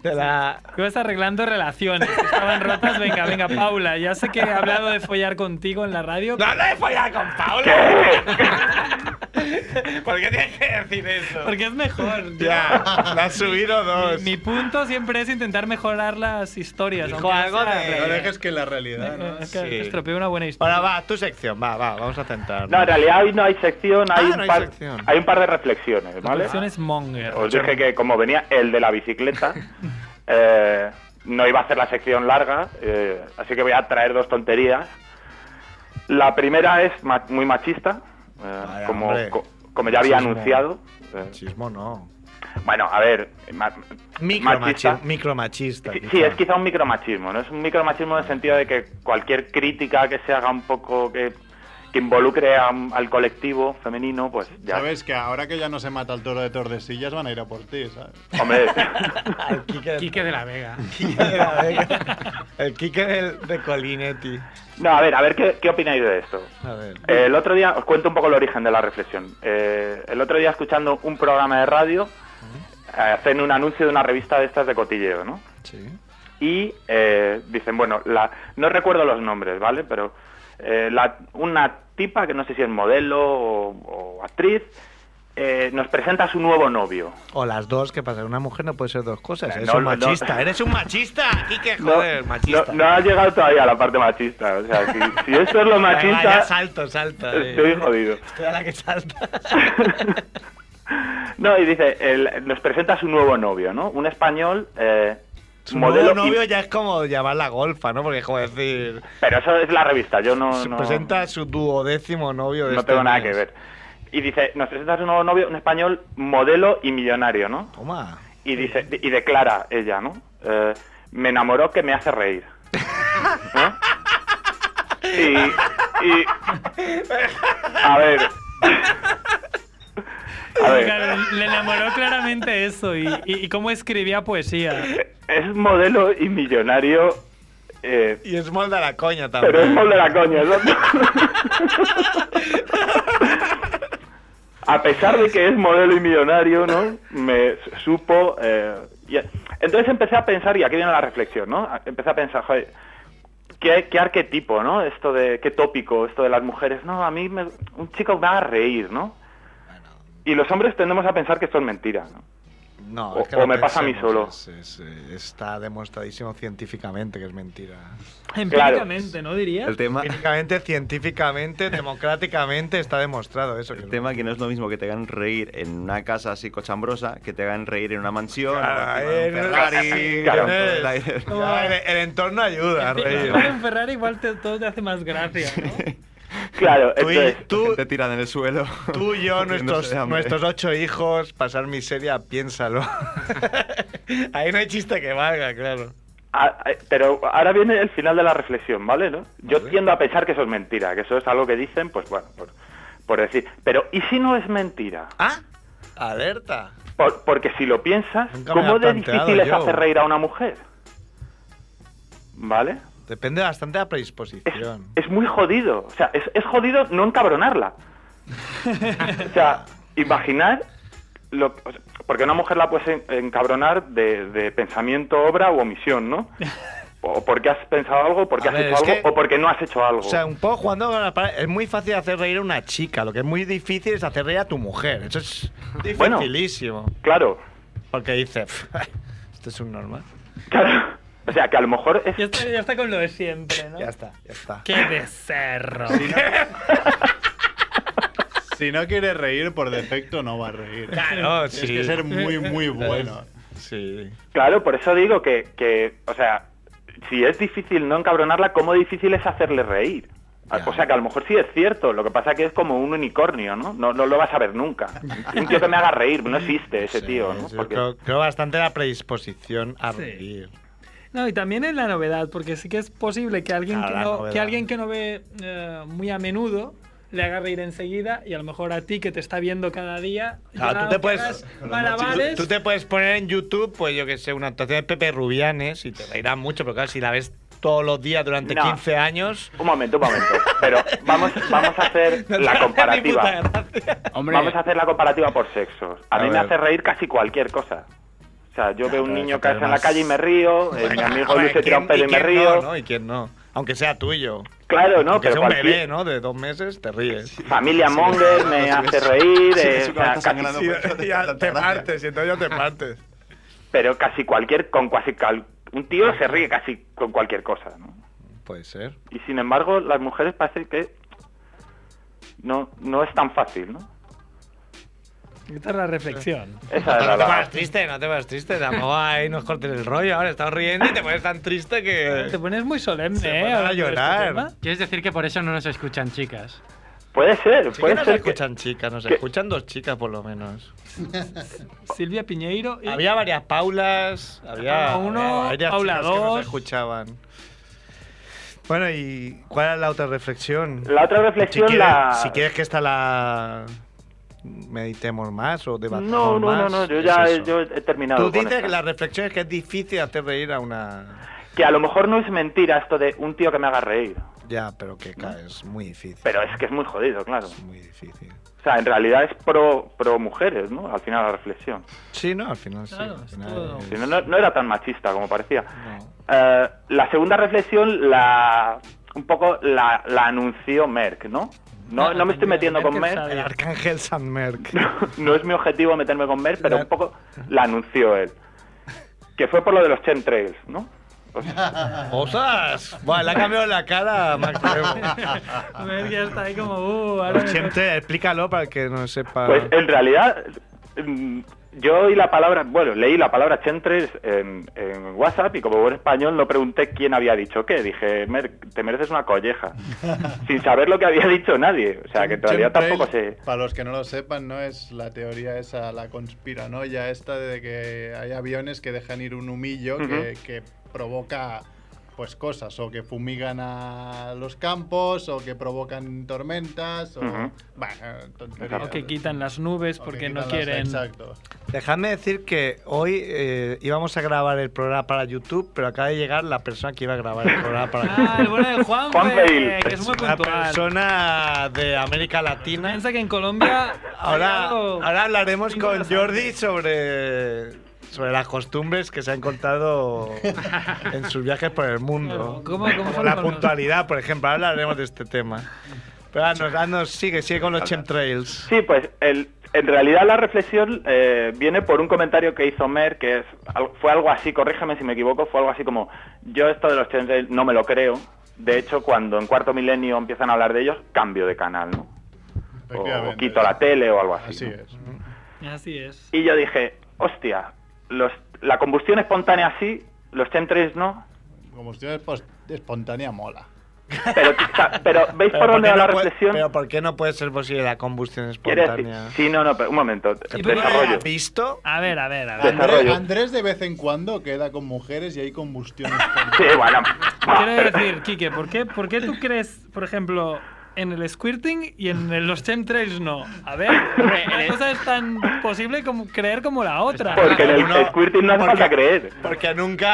A: De la-
B: Ibas arreglando relaciones. que Estaban rotas. Venga, venga, Paula. Ya sé que he hablado de follar contigo en la radio.
A: ¡No, no he follado con Paula!
I: ¿Qué?
A: ¿Por qué tienes que decir eso?
B: Porque es mejor.
A: Ya, la has subido dos.
B: Mi punto siempre es intentar mejorar las historias.
A: Dijo
B: aunque
A: algo
B: no sea
A: de-
B: real.
F: No dejes que la realidad, ¿no?
B: Es que
A: Sí.
B: estropeé una buena historia.
A: Ahora va, tu sección, va, va, vamos a centrarnos.
I: No, en realidad hoy no hay sección, hay,
A: Ah,
I: un,
A: no hay
I: par,
A: sección.
I: hay un par de reflexiones,
B: La
I: ¿vale? Pues
B: cuestión es monger.
I: Os dije que como venía el de la bicicleta, eh, no iba a hacer la sección larga, eh, así que voy a traer dos tonterías. La primera es ma- muy machista, eh,
A: Vaya,
I: como,
A: hombre.
I: co- como ya había
A: Machismo.
I: anunciado. eh,
A: Machismo no.
I: bueno, a ver, ma-
A: Micromachista.
I: machista.
A: Micromachista.
I: Sí, sí,
A: quizá.
I: es quizá un micromachismo, ¿no? Es un micromachismo en el sentido de que cualquier crítica que se haga un poco que, que involucre a- al colectivo femenino, pues ya.
F: Sabes que ahora que ya no se mata el toro de Tordesillas van a ir a por ti, ¿sabes?
I: Hombre,
A: El Quique, del-
D: Quique de la Vega.
A: Quique de la Vega. El Quique del- de Colinetti.
I: no, a ver, a ver qué, qué opináis de esto.
A: A ver.
I: Eh, El otro día, os cuento un poco el origen de la reflexión. Eh, el otro día, escuchando un programa de radio, eh, hacen un anuncio de una revista de estas de cotilleo, ¿no?
A: Sí.
I: Y eh, dicen, bueno, la, no recuerdo los nombres, ¿vale? Pero eh, la- una tipa, que no sé si es modelo o, o actriz, eh, nos presenta a su nuevo novio.
A: O las dos, ¿qué pasa? Una mujer no puede ser dos cosas.
I: Eh,
A: Eres
I: no,
A: un
I: no, no.
A: machista. Eres un machista. Quique, joder,
I: no,
A: machista.
I: no- no ha llegado todavía a la parte machista. O sea, si, si esto es lo
A: Venga, ya
I: machista,
A: salto, salta. eh.
I: estoy jodido.
A: Estoy a la que salta.
I: No, y dice, el- nos presenta a su nuevo novio, ¿no? Un español, eh,
A: Su
I: modelo...
A: nuevo novio
I: y-
A: ya es como llamarla golfa, ¿no? Porque, joder, decir.
I: Pero eso es la revista, yo no...
A: se
I: no-
A: presenta a su duodécimo novio de
I: no
A: este
I: tengo nada
A: mes.
I: que ver. Y dice, nos presenta a su nuevo novio, un español modelo y millonario, ¿no?
A: Toma.
I: Y dice y declara ella, ¿no? Eh, me enamoró que me hace reír. ¿No? Y, y- a ver. A ver,
B: Claro, le enamoró claramente eso y, y- y cómo escribía poesía.
I: es modelo y millonario, eh,
A: Y es molda la coña también.
I: pero es molde la coña. ¿no? a pesar de que es modelo y millonario, ¿no? Me s- supo... eh, y- Entonces empecé a pensar, y aquí viene la reflexión, ¿no? A- Empecé a pensar, joder, ¿qué, qué arquetipo, ¿no? Esto de, qué tópico, esto de las mujeres. No, a mí me- un chico me va a reír, ¿no? Y los hombres tendemos a pensar que esto es mentira, ¿no?
A: No,
I: O-
A: es que
I: o
A: no
I: me pasa a mí
A: pensemos,
I: solo.
A: es- es- está demostradísimo científicamente que es mentira.
B: Empíricamente, ¿no dirías?
E: El tema,
A: Científicamente, científicamente, democráticamente está demostrado eso. que
E: el
A: es
E: tema que no es lo mismo que te hagan reír en una casa así cochambrosa que te hagan reír en una mansión. o encima
A: Ah,
E: de un
A: eh,
E: Ferrari,
A: sí,
E: con todo
A: eh.
E: el aire.
A: Ya, el, el entorno ayuda, Rey.
B: Igual en Ferrari igual te- todo te hace más gracia, ¿no?
I: Claro,
A: Tú
I: entonces...
A: y, tú,
E: Te tiran en el suelo.
A: tú y yo,
E: Porque no
A: nuestros,
E: se da hambre.
A: nuestros ocho hijos, pasar miseria, piénsalo. Ahí no hay chiste que valga, claro.
I: Ah, eh, Pero ahora viene el final de la reflexión, ¿vale? ¿No? Yo tiendo a pensar que eso es mentira, que eso es algo que dicen, pues bueno, por, por decir. Pero ¿y si no es mentira?
A: ¿Ah? Alerta.
I: Por- porque si lo piensas,
A: Nunca me
I: ¿cómo
A: había
I: de
A: planteado
I: difícil es
A: yo.
I: hacer reír a una mujer? ¿Vale?
A: Depende bastante de la
I: Es,
A: predisposición.
I: es muy jodido. O sea, es, es jodido no encabronarla. o sea, imaginar... Lo, o sea, porque una mujer la puedes en- encabronar de, de pensamiento, obra o omisión, ¿no? O porque has pensado algo, porque
A: A
I: has
A: ver,
I: hecho
A: es
I: algo,
A: que-
I: o porque no has hecho algo.
A: O sea, un poco jugando con la pala- Es muy fácil hacer reír a una chica. Lo que es muy difícil es hacer reír a tu mujer. Eso es
I: Bueno.
A: dificilísimo.
I: Claro,
A: Porque dice, "Pf, esto es un normal.
I: claro. O sea, que a lo mejor
B: Ya
I: es...
B: está, ya está con lo de siempre, ¿no?
A: Ya está, ya está.
B: ¡Qué becerro!
F: Si no quieres reír, por defecto no va a reír.
A: Claro,
F: Tienes que ser muy, muy bueno.
A: Sí.
I: Claro, por eso digo que, que, o sea, si es difícil no encabronarla, ¿cómo difícil es hacerle reír? A- O sea, que a lo mejor sí es cierto, lo que pasa que es como un unicornio, ¿no? No, no lo vas a ver nunca. Un tío que me haga reír, no existe ese tío, ¿no?
A: Sí,
I: Porque-
A: creo, creo bastante la predisposición a
B: Sí.
A: reír.
B: No, y también es la novedad, porque sí que es posible que alguien,
A: Claro,
B: que
A: Ah, la
B: no,
A: novedad.
B: que, alguien que no ve eh, muy a menudo le haga reír enseguida y a lo mejor a ti que te está viendo cada día.
A: Claro,
B: ya
A: Ah, tú te
B: que
A: puedes-
B: hagas
A: con
B: malabares.
A: Tú te puedes poner en YouTube, pues yo que sé, una actuación de Pepe Rubianes y te reirá mucho, pero claro, si la ves todos los días durante
I: No.
A: 15 años.
I: Un momento, un momento. Pero vamos, vamos a hacer
A: no te
I: la
A: hace ni
I: comparativa.
A: puta gracia.
D: Hombre,
I: Vamos a hacer la comparativa por sexos. A,
G: A
I: mí me
G: ver.
I: hace reír casi cualquier cosa. O sea, yo veo un
G: Claro, es
I: niño
G: que
I: caerse en la
G: además-
I: calle y me río, eh, mi amigo
A: Hombre,
I: Luis se tira
A: ¿quién-
I: un pelo y me
A: quién
I: río.
A: No, ¿no? ¿Y quién no? Aunque sea tuyo.
I: Claro, no,
A: Aunque
I: pero
A: sea un
I: cualquier-
A: bebé, ¿no? De dos meses, te ríes.
I: Familia
E: Sí,
I: Monger
E: sí,
I: me
E: sí,
I: hace
E: sí,
I: reír,
E: sí,
I: eh,
E: sí,
I: o
E: está
I: sea, casi-
E: sangrando, pues, hace tanta gracia.
A: y entonces ya te partes.
I: pero casi cualquier, con casi cal- un
A: Ah,
I: tío se ríe casi con cualquier cosa, ¿no?
A: Puede ser.
I: Y sin embargo, las mujeres parece que no, no es tan fácil, ¿no?
B: Esta es la reflexión.
I: Esa es
A: No
I: la,
A: te
I: la-
A: vas triste, no te vas triste. Tampoco ahí nos cortes el rollo. Ahora estamos riendo y te pones tan triste
B: Te
A: que.
B: pones muy solemne,
A: Se
B: ¿eh?
A: van a
B: hablando de este
A: llorar.
B: tema.
D: ¿Quieres decir que por eso no nos escuchan chicas?
I: Puede ser,
A: Sí que
I: puede
A: nos
I: ser. que-
A: escuchan chicas, nos
I: que-
A: escuchan dos chicas por lo menos.
B: Silvia Piñeiro y
A: Había varias Paulas, había eh,
B: Paula uno,
A: había varias
B: Paula
A: chicas que nos
B: dos.
A: escuchaban. Bueno, ¿y cuál es la otra reflexión?
I: La otra
A: si,
I: reflexión
A: quieres,
I: la...
A: si quieres que esta la meditemos más o debatamos
I: No, no,
A: más.
I: no, no, yo
A: es
I: ya
A: eso.
I: Eh, yo he terminado.
A: Tú
I: con
A: dices
I: esta.
A: que la reflexión es que es difícil hacer reír a una...
I: Que a lo mejor no es mentira esto de un tío que me haga reír,
A: Ya, pero que claro, es muy difícil.
I: pero es que es muy jodido, claro.
A: Es muy difícil.
I: O sea, en realidad es pro, pro mujeres, ¿no? Al final la reflexión.
A: Sí, no, al final sí.
B: Claro,
A: al
B: es
A: final
B: todo.
A: es-
I: Si no, no, no era tan machista como parecía.
A: no.
I: Eh, la segunda reflexión la un poco la, la anunció Merck, ¿no? No,
B: Ah,
I: no me estoy
B: mira,
I: metiendo con
B: Merck
I: Merck,
A: El arcángel San Merck.
I: no es mi objetivo meterme con Merck, pero
A: La-
I: un poco la anunció él. Que fue por lo de los chemtrails, ¿no? O sea,
A: ¡Osas! Buah, le ha cambiado la cara a Max Rebo.
B: A ver, ya está ahí como, uh, ahora
A: Pues
B: me
A: siempre explícalo para el que no sepa.
I: pues en realidad mm, yo oí la palabra, bueno, leí la palabra chemtrails en, en WhatsApp y como buen español no pregunté quién había dicho qué. Dije, Merck, te mereces una colleja. Sin saber lo que había dicho nadie. O sea, que en realidad
F: Chemtrail,
I: tampoco sé.
F: Para los que no lo sepan, no es la teoría esa, la conspiranoia esta de que hay aviones que dejan ir un humillo que,
I: Ujú.
F: que provoca pues cosas, o que fumigan a los campos, o que provocan tormentas, o...
I: Ujú.
F: Bueno, tonterías.
B: O que quitan las
F: O
B: nubes
F: que
B: porque
F: quitan
B: no
F: las-
B: quieren.
F: Exacto.
A: Dejadme decir que hoy eh, íbamos a grabar el programa para YouTube, pero acaba de llegar la persona que iba a grabar el programa para
B: Ah, el
A: YouTube.
B: bueno de Juan,
I: Juan Peil.
B: que es muy
A: Una
B: puntual.
A: persona de América Latina.
B: Piensa que en Colombia. hay
A: Ahora,
B: algo-
A: ahora hablaremos
B: muy
A: con
B: interesante.
A: Jordi sobre, sobre las costumbres que se han contado en sus viajes por el
B: Claro,
A: mundo.
B: ¿cómo- cómo
A: Como
B: son
A: la
B: con los-
A: puntualidad, por ejemplo. Ahora hablaremos de este tema. Pero haznos, haznos, sigue, sigue con los chemtrails.
I: Sí, pues el- en realidad la reflexión eh, viene por un comentario que hizo Mer, que es, al- fue algo así, corrígeme si me equivoco, fue algo así como, yo esto de los chemtrails no me lo creo, de hecho cuando en cuarto milenio empiezan a hablar de ellos, cambio de canal, ¿no? O,
F: Efectivamente.
I: quito la tele o algo así.
F: Así
I: ¿no?
F: es.
B: Así es.
I: Y yo dije, hostia, los- la combustión espontánea sí, los chemtrails no,
F: Combustión espos- espontánea mola.
I: pero, o sea, pero ¿veis por dónde
A: qué
I: va la
A: no puede-
I: reflexión?
A: pero ¿por qué no puede ser posible la combustión
I: Quiere decir-
A: espontánea?
I: sí, no, no, pero un momento,
B: pero-
I: desarrollo.
A: ¿Has visto?
B: A ver, a ver, a ver.
F: Andrés,
I: Desarrollo.
F: Andrés de vez en cuando queda con mujeres y hay combustión
I: Sí,
F: espontánea.
I: bueno.
B: Quiero decir, Quique, ¿por qué, ¿por qué tú crees, por ejemplo, en el squirting y en el- los chemtrails no? A ver, una cosa es tan posible como creer como la otra.
I: Porque en el
A: Uno-
I: squirting no hace
A: porque-
I: falta creer.
A: Porque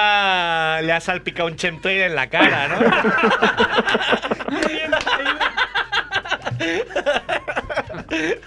A: nunca le ha salpicado un chemtrail en la cara, ¿no?
B: Qué bien, qué bien.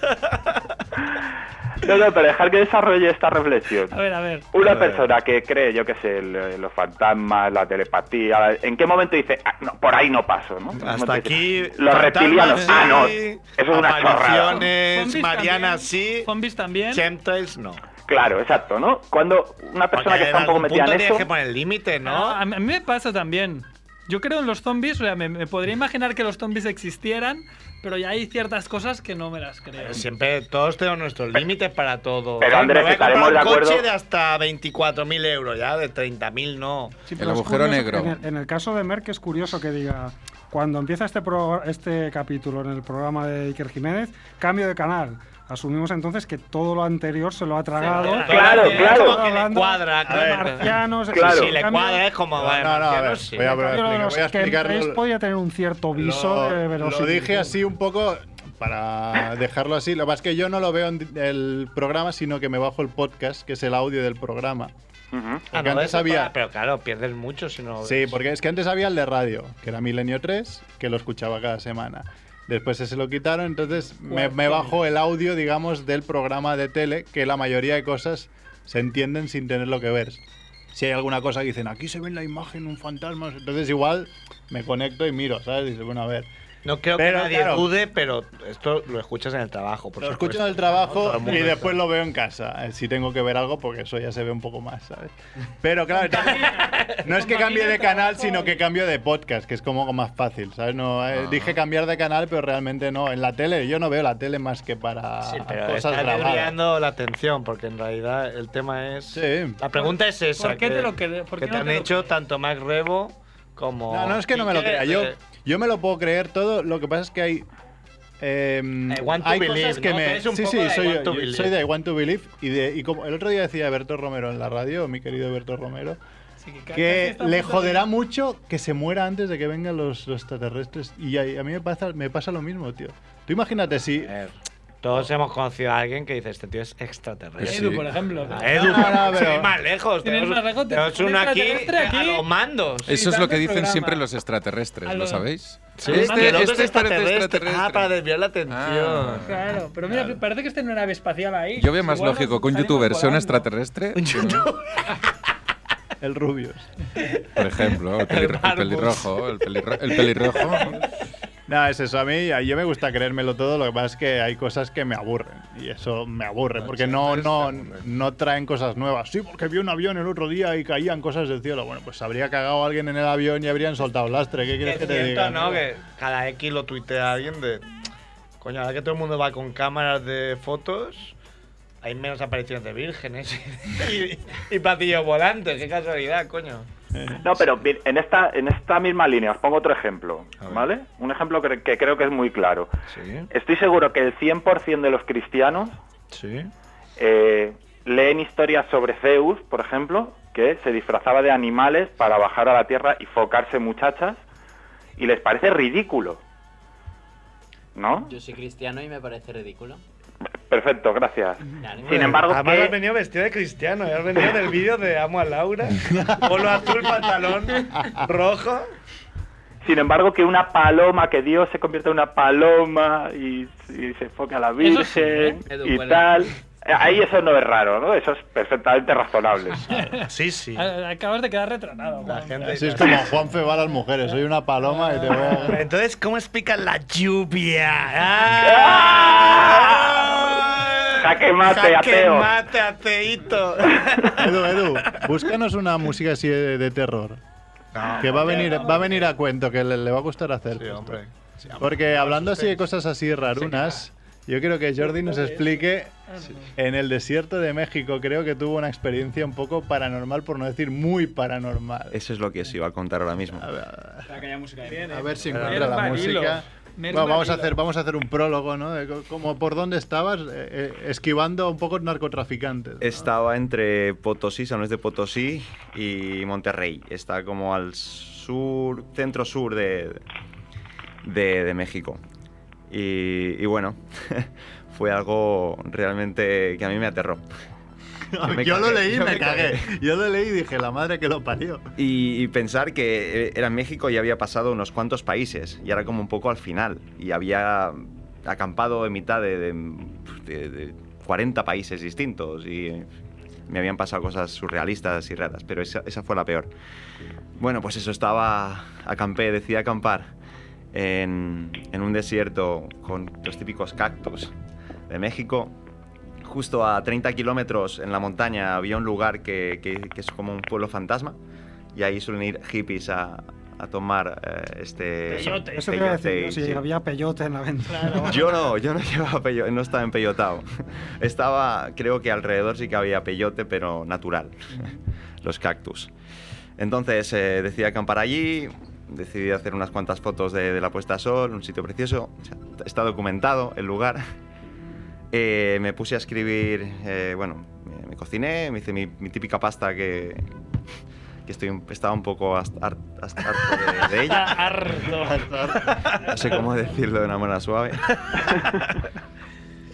I: No, no, pero dejar que desarrolle esta reflexión.
B: A ver, a ver.
I: Una persona que cree, yo qué sé, el- eh, los fantasmas, la telepatía, ¿en qué momento dice, "Ah, no, por ahí no paso, ¿no?
A: Hasta aquí.
I: Los
A: fantasmas
I: reptilianos,
A: sí,
I: ah, no, eso es una chorrada. ¿no?
A: apariciones,
B: Zombies
A: Mariana
B: también.
A: sí.
B: Zombies también.
A: Chemtrails no.
I: Claro, exacto, ¿no? Cuando una persona que está un poco metida en
A: tienes que pues,
I: eso,
A: poner el límite, ¿no?
B: Ah, A, mí, a mí me pasa también. Yo creo en los zombies, o sea, me, me podría imaginar que los zombies existieran, pero ya hay ciertas cosas que no me las creo.
A: Siempre todos tenemos nuestros límites para todo.
I: Pero,
A: Ay,
I: Andrés,
A: me voy a comprar
I: estaremos de
A: un coche
I: acuerdo.
A: de hasta 24.000 euros, ya de 30.000 no.
G: El
J: pero es
G: agujero
J: curioso-
G: negro.
J: En el, en el caso de Merck es curioso que diga, cuando empieza este, pro- este capítulo en el programa de Iker Jiménez, cambio de canal. Asumimos entonces que todo lo anterior se lo ha tragado.
I: Claro,
A: Es
I: claro.
A: como que le
J: Hablando
A: cuadra,
J: de
A: claro.
J: marcianos,
I: Claro.
A: Sí,
J: el
A: sí, le
J: cambio-
A: cuadra, es como.
F: No,
A: vale,
F: no, no, a ver,
A: sí.
F: voy a
J: el cambio de
F: explicar-
J: los
F: voy a explicarlo.
J: chemtrails podía tener un cierto viso eh,
F: Lo-
J: de
F: lo
J: verosimilitud.
F: dije así un poco para dejarlo así. Lo que pasa es que yo no lo veo en di- el programa, sino que me bajo el podcast, que es el audio del programa.
A: Ah,
F: Porque
A: no,
F: antes
A: eso
F: había-
A: para- Pero claro, pierdes mucho si no.
F: Sí, porque es que antes había el de radio, que era Milenio 3, que lo escuchaba cada semana. Después ese lo quitaron, entonces me, me bajo el audio, digamos, del programa de tele, que la mayoría de cosas se entienden sin tenerlo que ver. Si hay alguna cosa que dicen, aquí se ve en la imagen un fantasma, entonces igual me conecto y miro, ¿sabes? Dice, bueno, a ver.
A: No creo
F: Pero,
A: que nadie
F: claro.
A: dude, pero esto lo escuchas en el trabajo. Por
F: Lo
A: supuesto.
F: escucho en el
A: Todo
F: trabajo
A: el mundo
F: y
A: está-
F: después lo veo en casa. eh, Si tengo que ver algo, porque eso ya se ve un poco más, ¿sabes? Pero claro, entonces, no es que cambie de canal, sino que cambio de podcast, que es como más fácil, ¿sabes? No, eh,
A: Ah.
F: dije cambiar de canal, pero realmente no. En la tele, yo no veo la tele más que para
A: Sí, pero
F: cosas
A: estás
F: grabadas.
A: desviando la atención, porque en realidad el tema es.
F: Sí.
A: La pregunta es esa.
B: ¿Por qué
A: que,
B: te lo cre- por
A: que
B: qué
A: te
B: no
A: han
B: te lo
A: hecho tanto Mac Rebo como.
F: No, no es que no me lo
A: Quique,
F: crea. Yo,
A: eh,
F: yo me lo puedo creer todo. Lo que pasa es que hay. eh,
A: I want to
F: hay cosas
A: believe,
F: que
A: ¿no?
F: me.
A: Eres un
F: sí,
A: poco
F: sí,
A: de I
F: soy,
A: want to
F: yo-
A: believe.
F: soy de I Want to Believe. Y, de, y como el otro día decía Berto Romero en la radio, mi querido Berto Romero,
B: Sí, casi
F: que
B: está
F: le
B: puto-
F: joderá mucho que se muera antes de que vengan los, los extraterrestres. Y a, a mí me pasa, me pasa lo mismo, tío. Tú imagínate si.
A: a ver, todos hemos conocido a alguien que dice: Este tío es extraterrestre.
B: Edu,
G: Sí.
B: por ejemplo.
A: A Edu,
F: No, no, pero-
A: sí, más lejos.
B: Tienes
A: Tenemos,
B: más lejos,
A: tenemos
B: te- un
A: uno aquí,
B: extraterrestre
A: a
B: aquí.
A: los mandos.
G: Eso es lo que
B: Dame
G: dicen
B: programa.
G: siempre los extraterrestres,
B: Aló.
G: ¿lo sabéis?
A: Sí,
G: Este,
A: que el otro
G: este
A: es
G: parece extraterrestre.
A: Ah, para desviar la atención.
G: Ah.
B: Claro, pero mira, parece que está en una nave espacial ahí.
G: Yo veo más
B: Igual
G: lógico
B: nos
G: que un
B: salimos
G: youtuber sea un
B: volando.
G: extraterrestre, que no.
F: El Rubius.
G: por ejemplo, el, pelirro- el pelirrojo, el, pelirro- el pelirrojo.
F: No, es eso. A mí, a- yo me gusta creérmelo todo. Lo que pasa es que hay cosas que me aburren. Y eso me aburre. Porque no, no, no traen cosas nuevas. Sí, porque vi un avión el otro día y caían cosas del cielo. Bueno, pues habría cagado a alguien en el avión y habrían soltado lastre. ¿Qué
A: Que
F: quieres
A: es
F: que te
A: cierto,
F: diga?
A: ¿no? Que cada X lo tuitea alguien de. Coño, ahora que todo el mundo va con cámaras de fotos, hay menos apariciones de vírgenes y, y platillos volantes. Qué casualidad, coño.
I: No, pero mi- en esta, en esta misma línea, os pongo otro ejemplo,
A: A ver.
I: ¿vale? Un ejemplo que, que creo que es muy claro.
A: Sí,
I: Estoy seguro que el 100% de los cristianos
A: sí.
I: eh, leen historias sobre Zeus, por ejemplo, que se disfrazaba de animales para bajar a la tierra y focarse muchachas, y les parece ridículo. ¿No?
K: Yo soy cristiano y me parece ridículo.
I: Perfecto, gracias.
K: Dale.
I: Sin embargo,
A: Además,
I: ¿qué-
A: has venido vestido de cristiano. y Has venido del vídeo de Amo a Laura. Polo azul, pantalón rojo.
I: sin embargo, que una paloma, que Dios se convierta en una paloma y, y se enfoque a la
B: Eso
I: Virgen
B: sí,
K: ¿eh?
I: y
K: Edu,
I: tal. Eh, Ahí eso no es raro, ¿no? Eso es perfectamente razonable.
A: Sí, sí.
B: A- Acabas de quedar retratado.
A: La
B: Juan.
A: gente.
F: Así es como Juan va a las mujeres. Soy una paloma y te voy a.
A: Pero entonces, ¿cómo explica la lluvia?
I: ¡Ah! Jaque mate,
A: Jaque
I: ateo.
A: mate, ateíto.
F: Edu, Edu, búscanos una música así de, de terror.
A: Ah,
F: que va a venir, va a venir a cuento, que le, le va a gustar hacer.
A: Sí,
F: esto.
A: hombre.
F: Porque hablando así de cosas así rarunas, yo quiero que Jordi nos explique en el desierto de México, creo que tuvo una experiencia un poco paranormal, por no decir muy paranormal.
E: Eso es lo que os iba a contar ahora mismo.
F: A ver,
B: Bien,
F: a
B: eh.
F: ver si
B: Pero-
F: encuentra la
B: Merlo Barilo.
F: música.
B: Merlo
F: Bueno, vamos a
B: Barilo.
F: hacer, vamos a hacer un prólogo, ¿no? De co- como por dónde estabas, eh, eh, esquivando un poco narcotraficantes. ¿no?
E: Estaba entre Potosí, San Luis de Potosí y Monterrey. Está como al sur, centro-sur de, de, de México. Y, y bueno, fue algo realmente que a mí me aterró. Yo me
F: yo lo
E: cagué,
F: leí y
E: yo
F: me,
E: me
F: cagué.
E: cagué.
F: Yo lo leí y dije, la madre que lo parió.
E: Y, y pensar que eh, era en México y había pasado unos cuantos países y era como un poco al final. Y había acampado en mitad de, de- de- de 40 países distintos y eh, me habían pasado cosas surrealistas y raras, pero esa, esa fue la peor. Bueno, pues eso, estaba, acampé, decidí acampar en, en un desierto con los típicos cactus de México justo a 30 kilómetros en la montaña había un lugar que, que- que es como un pueblo fantasma y ahí suelen ir hippies a, a tomar eh, este...
B: Peyote.
J: Eso te iba a decir
E: peyote,
J: yo, si
E: sí.
J: había peyote en la venta.
E: Yo no, yo no llevaba peyote, no estaba empeyotado. Estaba, creo que alrededor sí que había peyote, pero natural, los cactus. Entonces eh, decidí acampar allí, decidí hacer unas cuantas fotos de, de la puesta a sol, un sitio precioso, o sea, está documentado el lugar. Eh, me puse a escribir, eh, bueno, me, me cociné, me hice mi, mi típica pasta que, que estoy, un- estaba un poco hasta, har- hasta harto de, de ella. No sé cómo decirlo de una manera suave.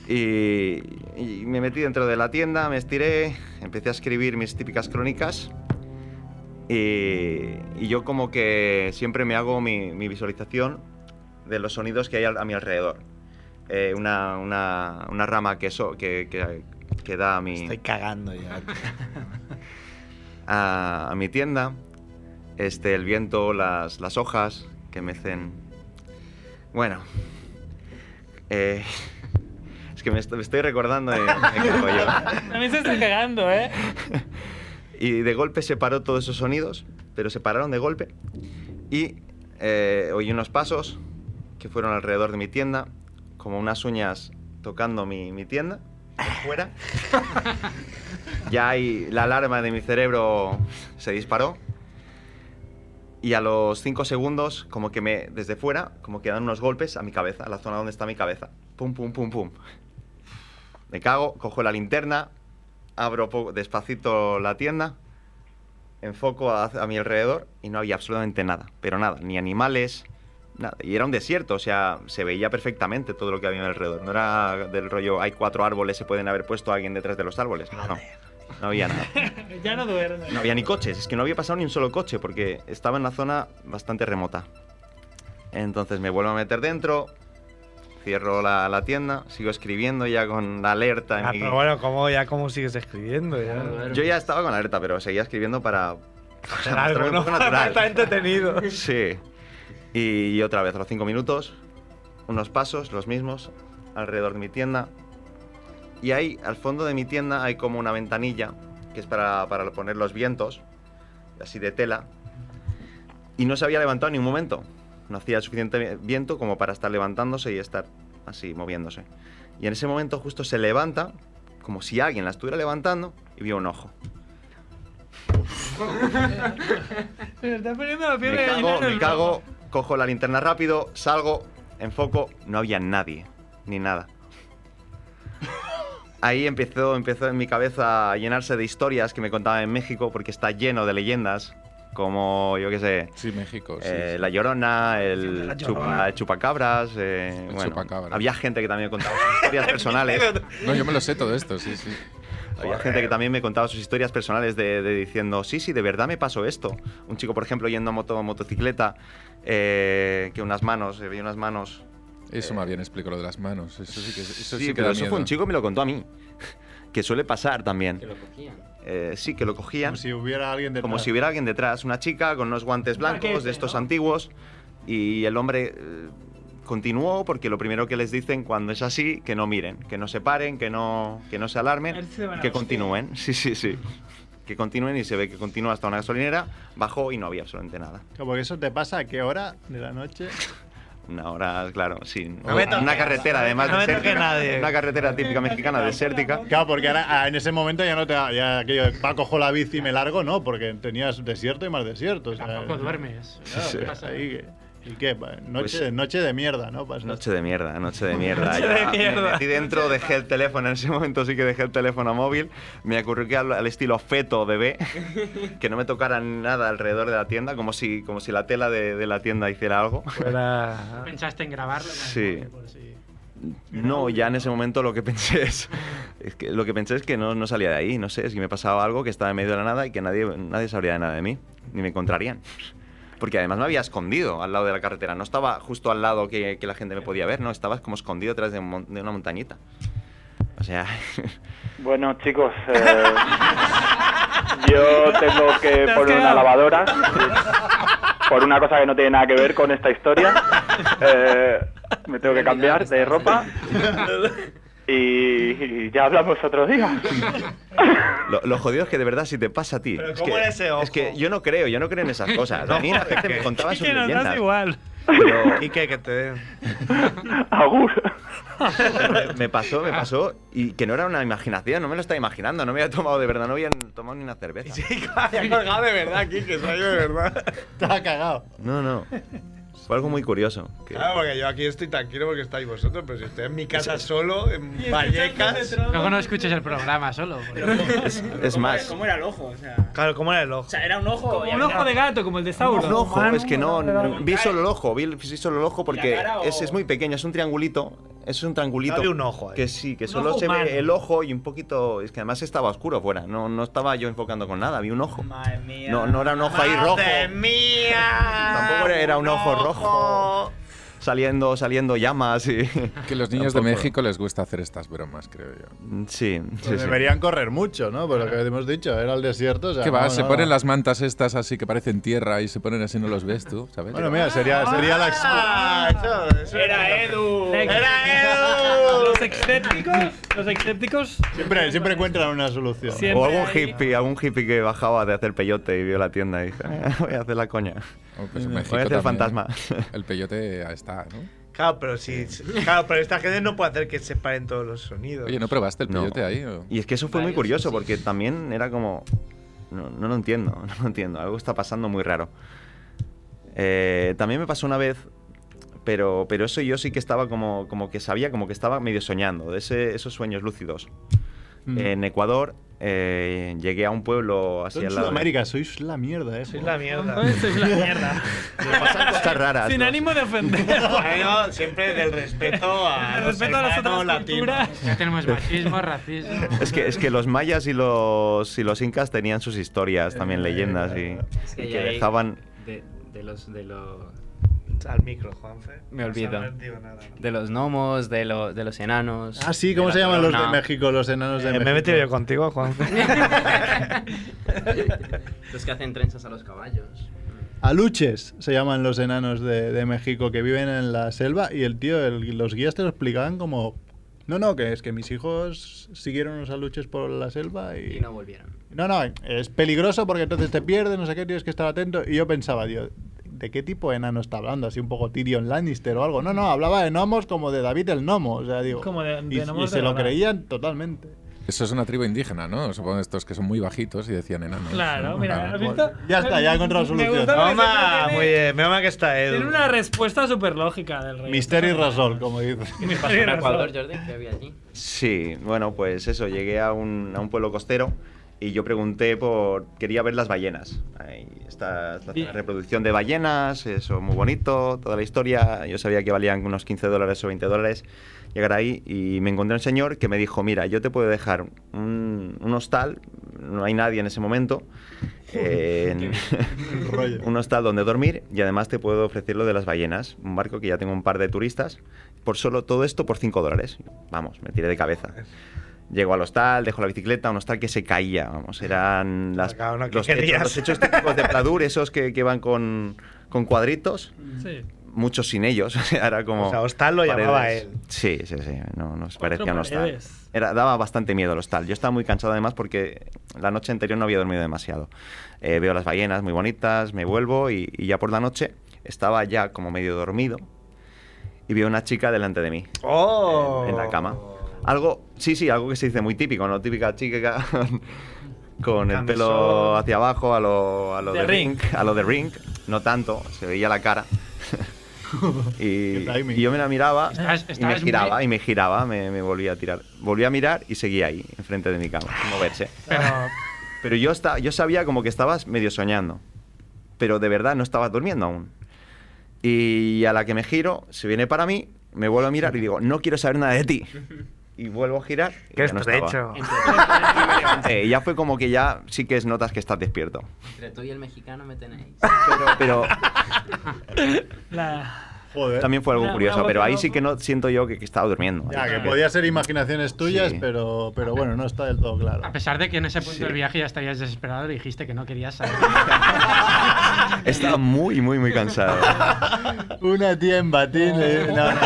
E: Y, y me metí dentro de la tienda, me estiré, empecé a escribir mis típicas crónicas. Y, y yo como que siempre me hago mi, mi visualización de los sonidos que hay al- a mi alrededor. Eh, una, una- una rama que, so- que, que- que da a mi,
A: Estoy cagando ya.
E: a, a mi tienda. Este, el viento, las, las hojas que mecen. Bueno. eh, es que me, est- me estoy recordando y me cago yo.
B: A mí se está cagando, ¿eh?
E: Y de golpe se paró todos esos sonidos, pero se pararon de golpe. Y eh, oí unos pasos que fueron alrededor de mi tienda, como unas uñas tocando mi, mi tienda, fuera. ya ahí la alarma de mi cerebro se disparó. Y a los 5 segundos, como que me, desde fuera, como que dan unos golpes a mi cabeza, a la zona donde está mi cabeza. Pum, pum, pum, pum. Me cago, cojo la linterna, abro po- despacito la tienda, enfoco a, a mi alrededor y no había absolutamente nada, pero nada, ni animales, nada. Y era un desierto, o sea, se veía perfectamente todo lo que había a mi alrededor. No era del rollo, hay cuatro árboles, se pueden haber puesto a alguien detrás de los árboles. No, no había nada.
B: Ya no duerme.
E: No había ni coches, es que no había pasado ni un solo coche porque estaba en una zona bastante remota. Entonces me vuelvo a meter dentro, cierro la, la tienda, sigo escribiendo ya con la alerta. en
A: Ah,
E: mi-
A: pero bueno, ¿cómo, ya, ¿cómo sigues escribiendo? Ya?
E: Yo ya estaba con la alerta, pero seguía escribiendo para...
A: Hacer
E: para
A: algo,
E: mostrarme un
A: ¿no?
E: poco natural.
A: Está entretenido.
E: Sí. Y, otra vez, a los cinco minutos, unos pasos, los mismos, alrededor de mi tienda. Y ahí, al fondo de mi tienda, hay como una ventanilla, que es para, para poner los vientos, así de tela. Y no se había levantado en ningún momento. No hacía suficiente viento como para estar levantándose y estar así moviéndose. Y en ese momento justo se levanta, como si alguien la estuviera levantando, y vio un ojo.
B: Se está poniendo la piel
E: Me
B: de gallina
E: cago,
B: en el
E: me cago, cojo la linterna rápido, salgo, enfoco, no había nadie, ni nada. Ahí empezó, empezó en mi cabeza a llenarse de historias que me contaban en México, porque está lleno de leyendas, como, yo qué sé...
G: Sí, México, sí,
E: eh,
G: sí.
E: La Llorona, el,
G: La
E: chupa-
G: Llorona.
E: el chupacabras... eh, bueno,
G: chupacabras.
E: Había gente que también contaba sus historias personales.
G: No, yo me lo sé todo esto, sí, sí.
E: Había gente que también me contaba sus historias personales de, de diciendo, sí, sí, de verdad me pasó esto. Un chico, por ejemplo, yendo a moto, motocicleta, eh, que unas manos, se veía unas manos. eh,
G: Eso más bien explico lo de las manos. Eso sí que, eso sí,
E: sí,
G: que
E: pero
G: da
E: eso
G: miedo.
E: fue un chico que me lo contó a mí. Que suele pasar también.
K: Que lo cogían.
E: Eh, sí, que lo cogían. Como
F: si hubiera alguien detrás.
E: Como si hubiera alguien detrás. Una chica con unos guantes blancos de estos antiguos. Y el hombre eh, continuó porque lo primero que les dicen cuando es así, que no miren, que no se paren, que no, que no se alarmen,
B: A ver si se van
E: y
B: a
E: que
B: hostiar.
E: continúen. Sí, sí, sí. Que continúen y se ve que continúa hasta una gasolinera, bajó y no había absolutamente nada.
F: Claro, Porque eso te pasa a qué hora de la noche.
E: Una hora, claro, sin.
F: No me
E: una
F: toques.
E: carretera, además
F: No me toque
E: desértica.
F: nadie.
E: Una carretera típica mexicana, desértica.
F: Claro, porque ahora ah, en ese momento ya no te ya aquello de va, cojo la bici y me largo, no, porque tenías desierto y más desierto. o sea,
D: Tampoco duermes.
F: claro,
E: sí.
F: pasa ahí que- ¿Y qué? Pa- Noche,
E: Pues-
F: noche de mierda, Pues ¿no? Pasa.
E: Noche de mierda, noche de mierda.
F: Noche
E: Ya
F: de
E: me
F: mierda.
E: metí dentro, dejé el teléfono, en ese momento sí que dejé el teléfono móvil. Me acurruqué al, al estilo feto bebé, que no me tocara nada alrededor de la tienda, como si, como si la tela de, de la tienda hiciera algo.
A: Ah.
D: ¿No ¿Pensaste en grabarlo?
E: Sí. No, ya en ese momento lo que pensé es, es que lo que pensé es que no, no salía de ahí, no sé, es que me pasaba algo que estaba en medio de la nada y que nadie, nadie sabría de nada de mí, ni me encontrarían. Porque además me había escondido al lado de la carretera, no estaba justo al lado que, que la gente me podía ver, no, estaba como escondido detrás de, un mon- de una montañita. O sea,
I: Bueno, chicos, eh, yo tengo que poner una lavadora por una cosa que no tiene nada que ver con esta historia. Eh, me tengo que cambiar de ropa y, y ya hablamos otro día.
E: lo, lo jodido es que de verdad si te pasa a ti. es
A: ¿cómo
E: que,
A: era ese
E: Es que yo no creo, yo no creo en esas cosas. A mí la gente me contaba sus
A: que nos das
E: leyendas.
A: igual.
E: Pero-
A: Y que, que te den.
E: Me- me pasó, me pasó, y que no era una imaginación, no me lo estaba imaginando, no me había tomado de verdad, no había tomado ni una cerveza.
A: Ya colgado de verdad, Kike, soy yo de verdad.
F: Estaba cagado.
E: No, no. Fue algo muy curioso. que-
L: Claro, porque yo aquí estoy tranquilo porque estáis vosotros, pero si estoy en mi casa
D: Sí.
L: solo, en
D: Y escuchando
L: Vallecas.
D: Metrón. Luego no escuches el programa solo.
E: Es- es más.
M: ¿Cómo era el ojo? O sea,
A: Claro, ¿cómo era el ojo?
M: o sea, era un ojo. y
B: Como un
M: había-
B: ojo de gato, como el de Sauron.
E: Un ojo, es que no,
B: Era un-
E: vi solo el ojo, vi vi solo el ojo porque
B: cara o-
E: es, es muy pequeño, es un triangulito, es un triangulito.
A: Dale un ojo ahí.
E: Que sí, que
A: Un
E: solo
A: ojo
E: se
A: humano.
E: ve el ojo y un poquito, es que además estaba oscuro fuera, no, no estaba yo enfocando con nada, vi un ojo.
M: Madre mía.
E: No, no era un ojo ahí rojo,
M: Madre mía.
E: tampoco era, era un ojo rojo. Saliendo, saliendo llamas y...
G: Que los niños de
E: Tampoco.
G: México les gusta hacer estas bromas, creo yo.
E: Sí,
G: Mm, sí,
F: Pues
G: sí.
F: deberían correr mucho, ¿no? Por lo que hemos dicho, era el desierto. o sea,
G: ¿Qué va?
F: no,
G: se
F: no,
G: ponen
F: no.
G: las mantas estas así que parecen tierra y se ponen así, no los ves tú, ¿sabes?
F: Bueno, mira, sería, sería la
L: Ah, eso- eso era Edu.
B: Los escépticos, los escépticos
F: Siempre, Eh, siempre encuentran una solución.
E: o algún hippie, algún hippie que bajaba de hacer peyote y vio la tienda y dice, "Ah, voy a hacer la coña.
G: Pues en
E: voy a
G: México
E: hacer
G: también.
E: fantasma.
G: El peyote ahí está, ¿no?
L: Claro, pero si, claro, pero esta gente no puede hacer que separen todos los sonidos.
G: Oye, ¿no probaste el
E: No.
G: peyote ahí? o?
E: Y es que eso fue muy curioso porque también era como... No, no lo entiendo, no lo entiendo. Algo está pasando muy raro. Eh, también me pasó una vez, pero, pero eso yo sí que estaba como, como que sabía, como que estaba medio soñando, de ese- esos sueños lúcidos.
F: Mm.
E: En Ecuador eh, llegué a un pueblo
F: Son
E: hacia
F: Sudamérica, sois la mierda, ¿eh? Sois
L: la mierda.
B: sois la mierda.
E: cosas raras.
B: sin
E: ¿no?
B: ánimo de ofender.
L: Bueno, siempre del respeto a
B: El
L: los
B: respeto a las
L: hermanos
B: otras
L: latinos.
D: Ya tenemos machismo, racismo.
E: Es que, es que los mayas y los, y los incas tenían sus historias,
A: Eh,
E: también leyendas,
M: Es
E: y, y
M: ya
E: Este, que
M: hay-
E: dejaban...
M: De, de los. De los
L: Al micro, Juanfe.
M: me
L: No
M: olvido.
L: sabes, digo, nada.
M: De los gnomos, de, los de los enanos.
F: Ah, sí,
M: de
F: ¿cómo
M: la
F: se llaman los de
M: corona.
F: México, los enanos de
A: Eh,
F: México?
A: me he metido yo contigo, Juanfe.
M: Los que hacen trenzas a los caballos.
F: Aluches se llaman los enanos de, de México que viven en la selva y el tío, el- los guías te lo explicaban como... No, no, que es que mis hijos siguieron unos aluches por la selva y...
M: Y no volvieron.
F: No, no, es peligroso porque entonces te pierdes, no sé qué, tienes que estar atento. Y yo pensaba, Dios, ¿de qué tipo de enano está hablando? Así un poco Tyrion Lannister o algo. No, no, hablaba de gnomos como de David el Nomo. O sea, digo.
B: Como de- de
F: y,
B: gnomos
F: y
B: de
F: se lo
B: verdad.
F: creían totalmente.
G: Eso es una tribu indígena, ¿no? Supongo estos que son muy bajitos y decían enanos.
B: Claro,
G: ¿no?
B: mira,
G: Claro.
B: ¿has visto?
F: Ya está, ya he encontrado
B: Me
F: solución.
B: gusta porque
F: Toma,
B: siempre tiene-
A: muy bien, menos
G: Este
A: mal que está
B: Tiene
A: Edu.
B: una respuesta súper lógica del rey.
F: Misterio y Rasol, como dices.
B: Me
M: Pasó en Ecuador, Jordi, que había allí.
E: Sí, bueno, pues eso, llegué a un, a un pueblo costero y yo pregunté por... Quería ver las ballenas. Ahí está la reproducción de ballenas, eso, muy bonito, toda la historia. Yo sabía que valían unos 15 dólares o 20 dólares llegar ahí y me encontré un señor que me dijo, mira, yo te puedo dejar un, un hostal, no hay nadie en ese momento, eh, en- un hostal donde dormir y además te puedo ofrecer lo de las ballenas, un barco que ya tengo un par de turistas, por solo todo esto por 5 dólares. Vamos, me tiré de cabeza. Llego al hostal, dejo la bicicleta, un hostal que se caía, vamos, eran las,
L: ¿qué
E: los, hechos,
L: querías?
E: los hechos típicos de Pladur, esos que, que van con, con cuadritos,
B: Sí.
E: muchos sin ellos, o sea, era como...
A: O sea, hostal lo llamaba
E: paredes.
A: él.
E: Sí, sí, sí, no nos parecía un hostal.
A: paredes.
E: Era, daba bastante miedo el hostal, yo estaba muy cansado además porque la noche anterior no había dormido demasiado. Eh, veo las ballenas muy bonitas, me vuelvo y, y ya por la noche estaba ya como medio dormido y veo una chica delante de mí
L: ¡Oh!
E: en la cama. Algo, sí, sí, algo que se dice muy típico, ¿no? Típica chica con- con el
L: Camisón.
E: pelo hacia abajo, a lo, a lo
L: De
E: de,
L: Ring.
E: ring. a lo de ring, no tanto, se veía la cara. y, y yo me la miraba
D: Estabas-
E: y me
D: estabas
E: giraba,
D: muy-
E: y me giraba, me, me volvía a tirar. Volví a mirar y seguía ahí, enfrente de mi cama, sin moverse. Ah. Pero yo, esta- yo sabía como que estabas medio soñando, pero de verdad no estabas durmiendo aún. Y a la que me giro, se viene para mí, me vuelvo a mirar y digo, no quiero saber nada de ti. Y vuelvo a girar. y
A: Qué
E: ya no estaba.
A: estrecho.
E: Eh, ya fue como que ya sí que es notas que estás despierto.
M: Entre tú y el mexicano me tenéis.
E: Pero
B: La...
E: también fue algo
B: Una-
E: curioso.
B: una
E: Pero
B: boca
E: ahí sí que no siento yo que, que estaba durmiendo.
F: Ya, que podía ser imaginaciones tuyas, pero, pero bueno, no está del todo claro.
D: A pesar de que en ese punto
F: Sí.
D: del viaje ya estarías desesperado y dijiste que no querías salir.
E: Estaba muy, muy, muy cansado.
F: Una tía en batín. eh, no, no.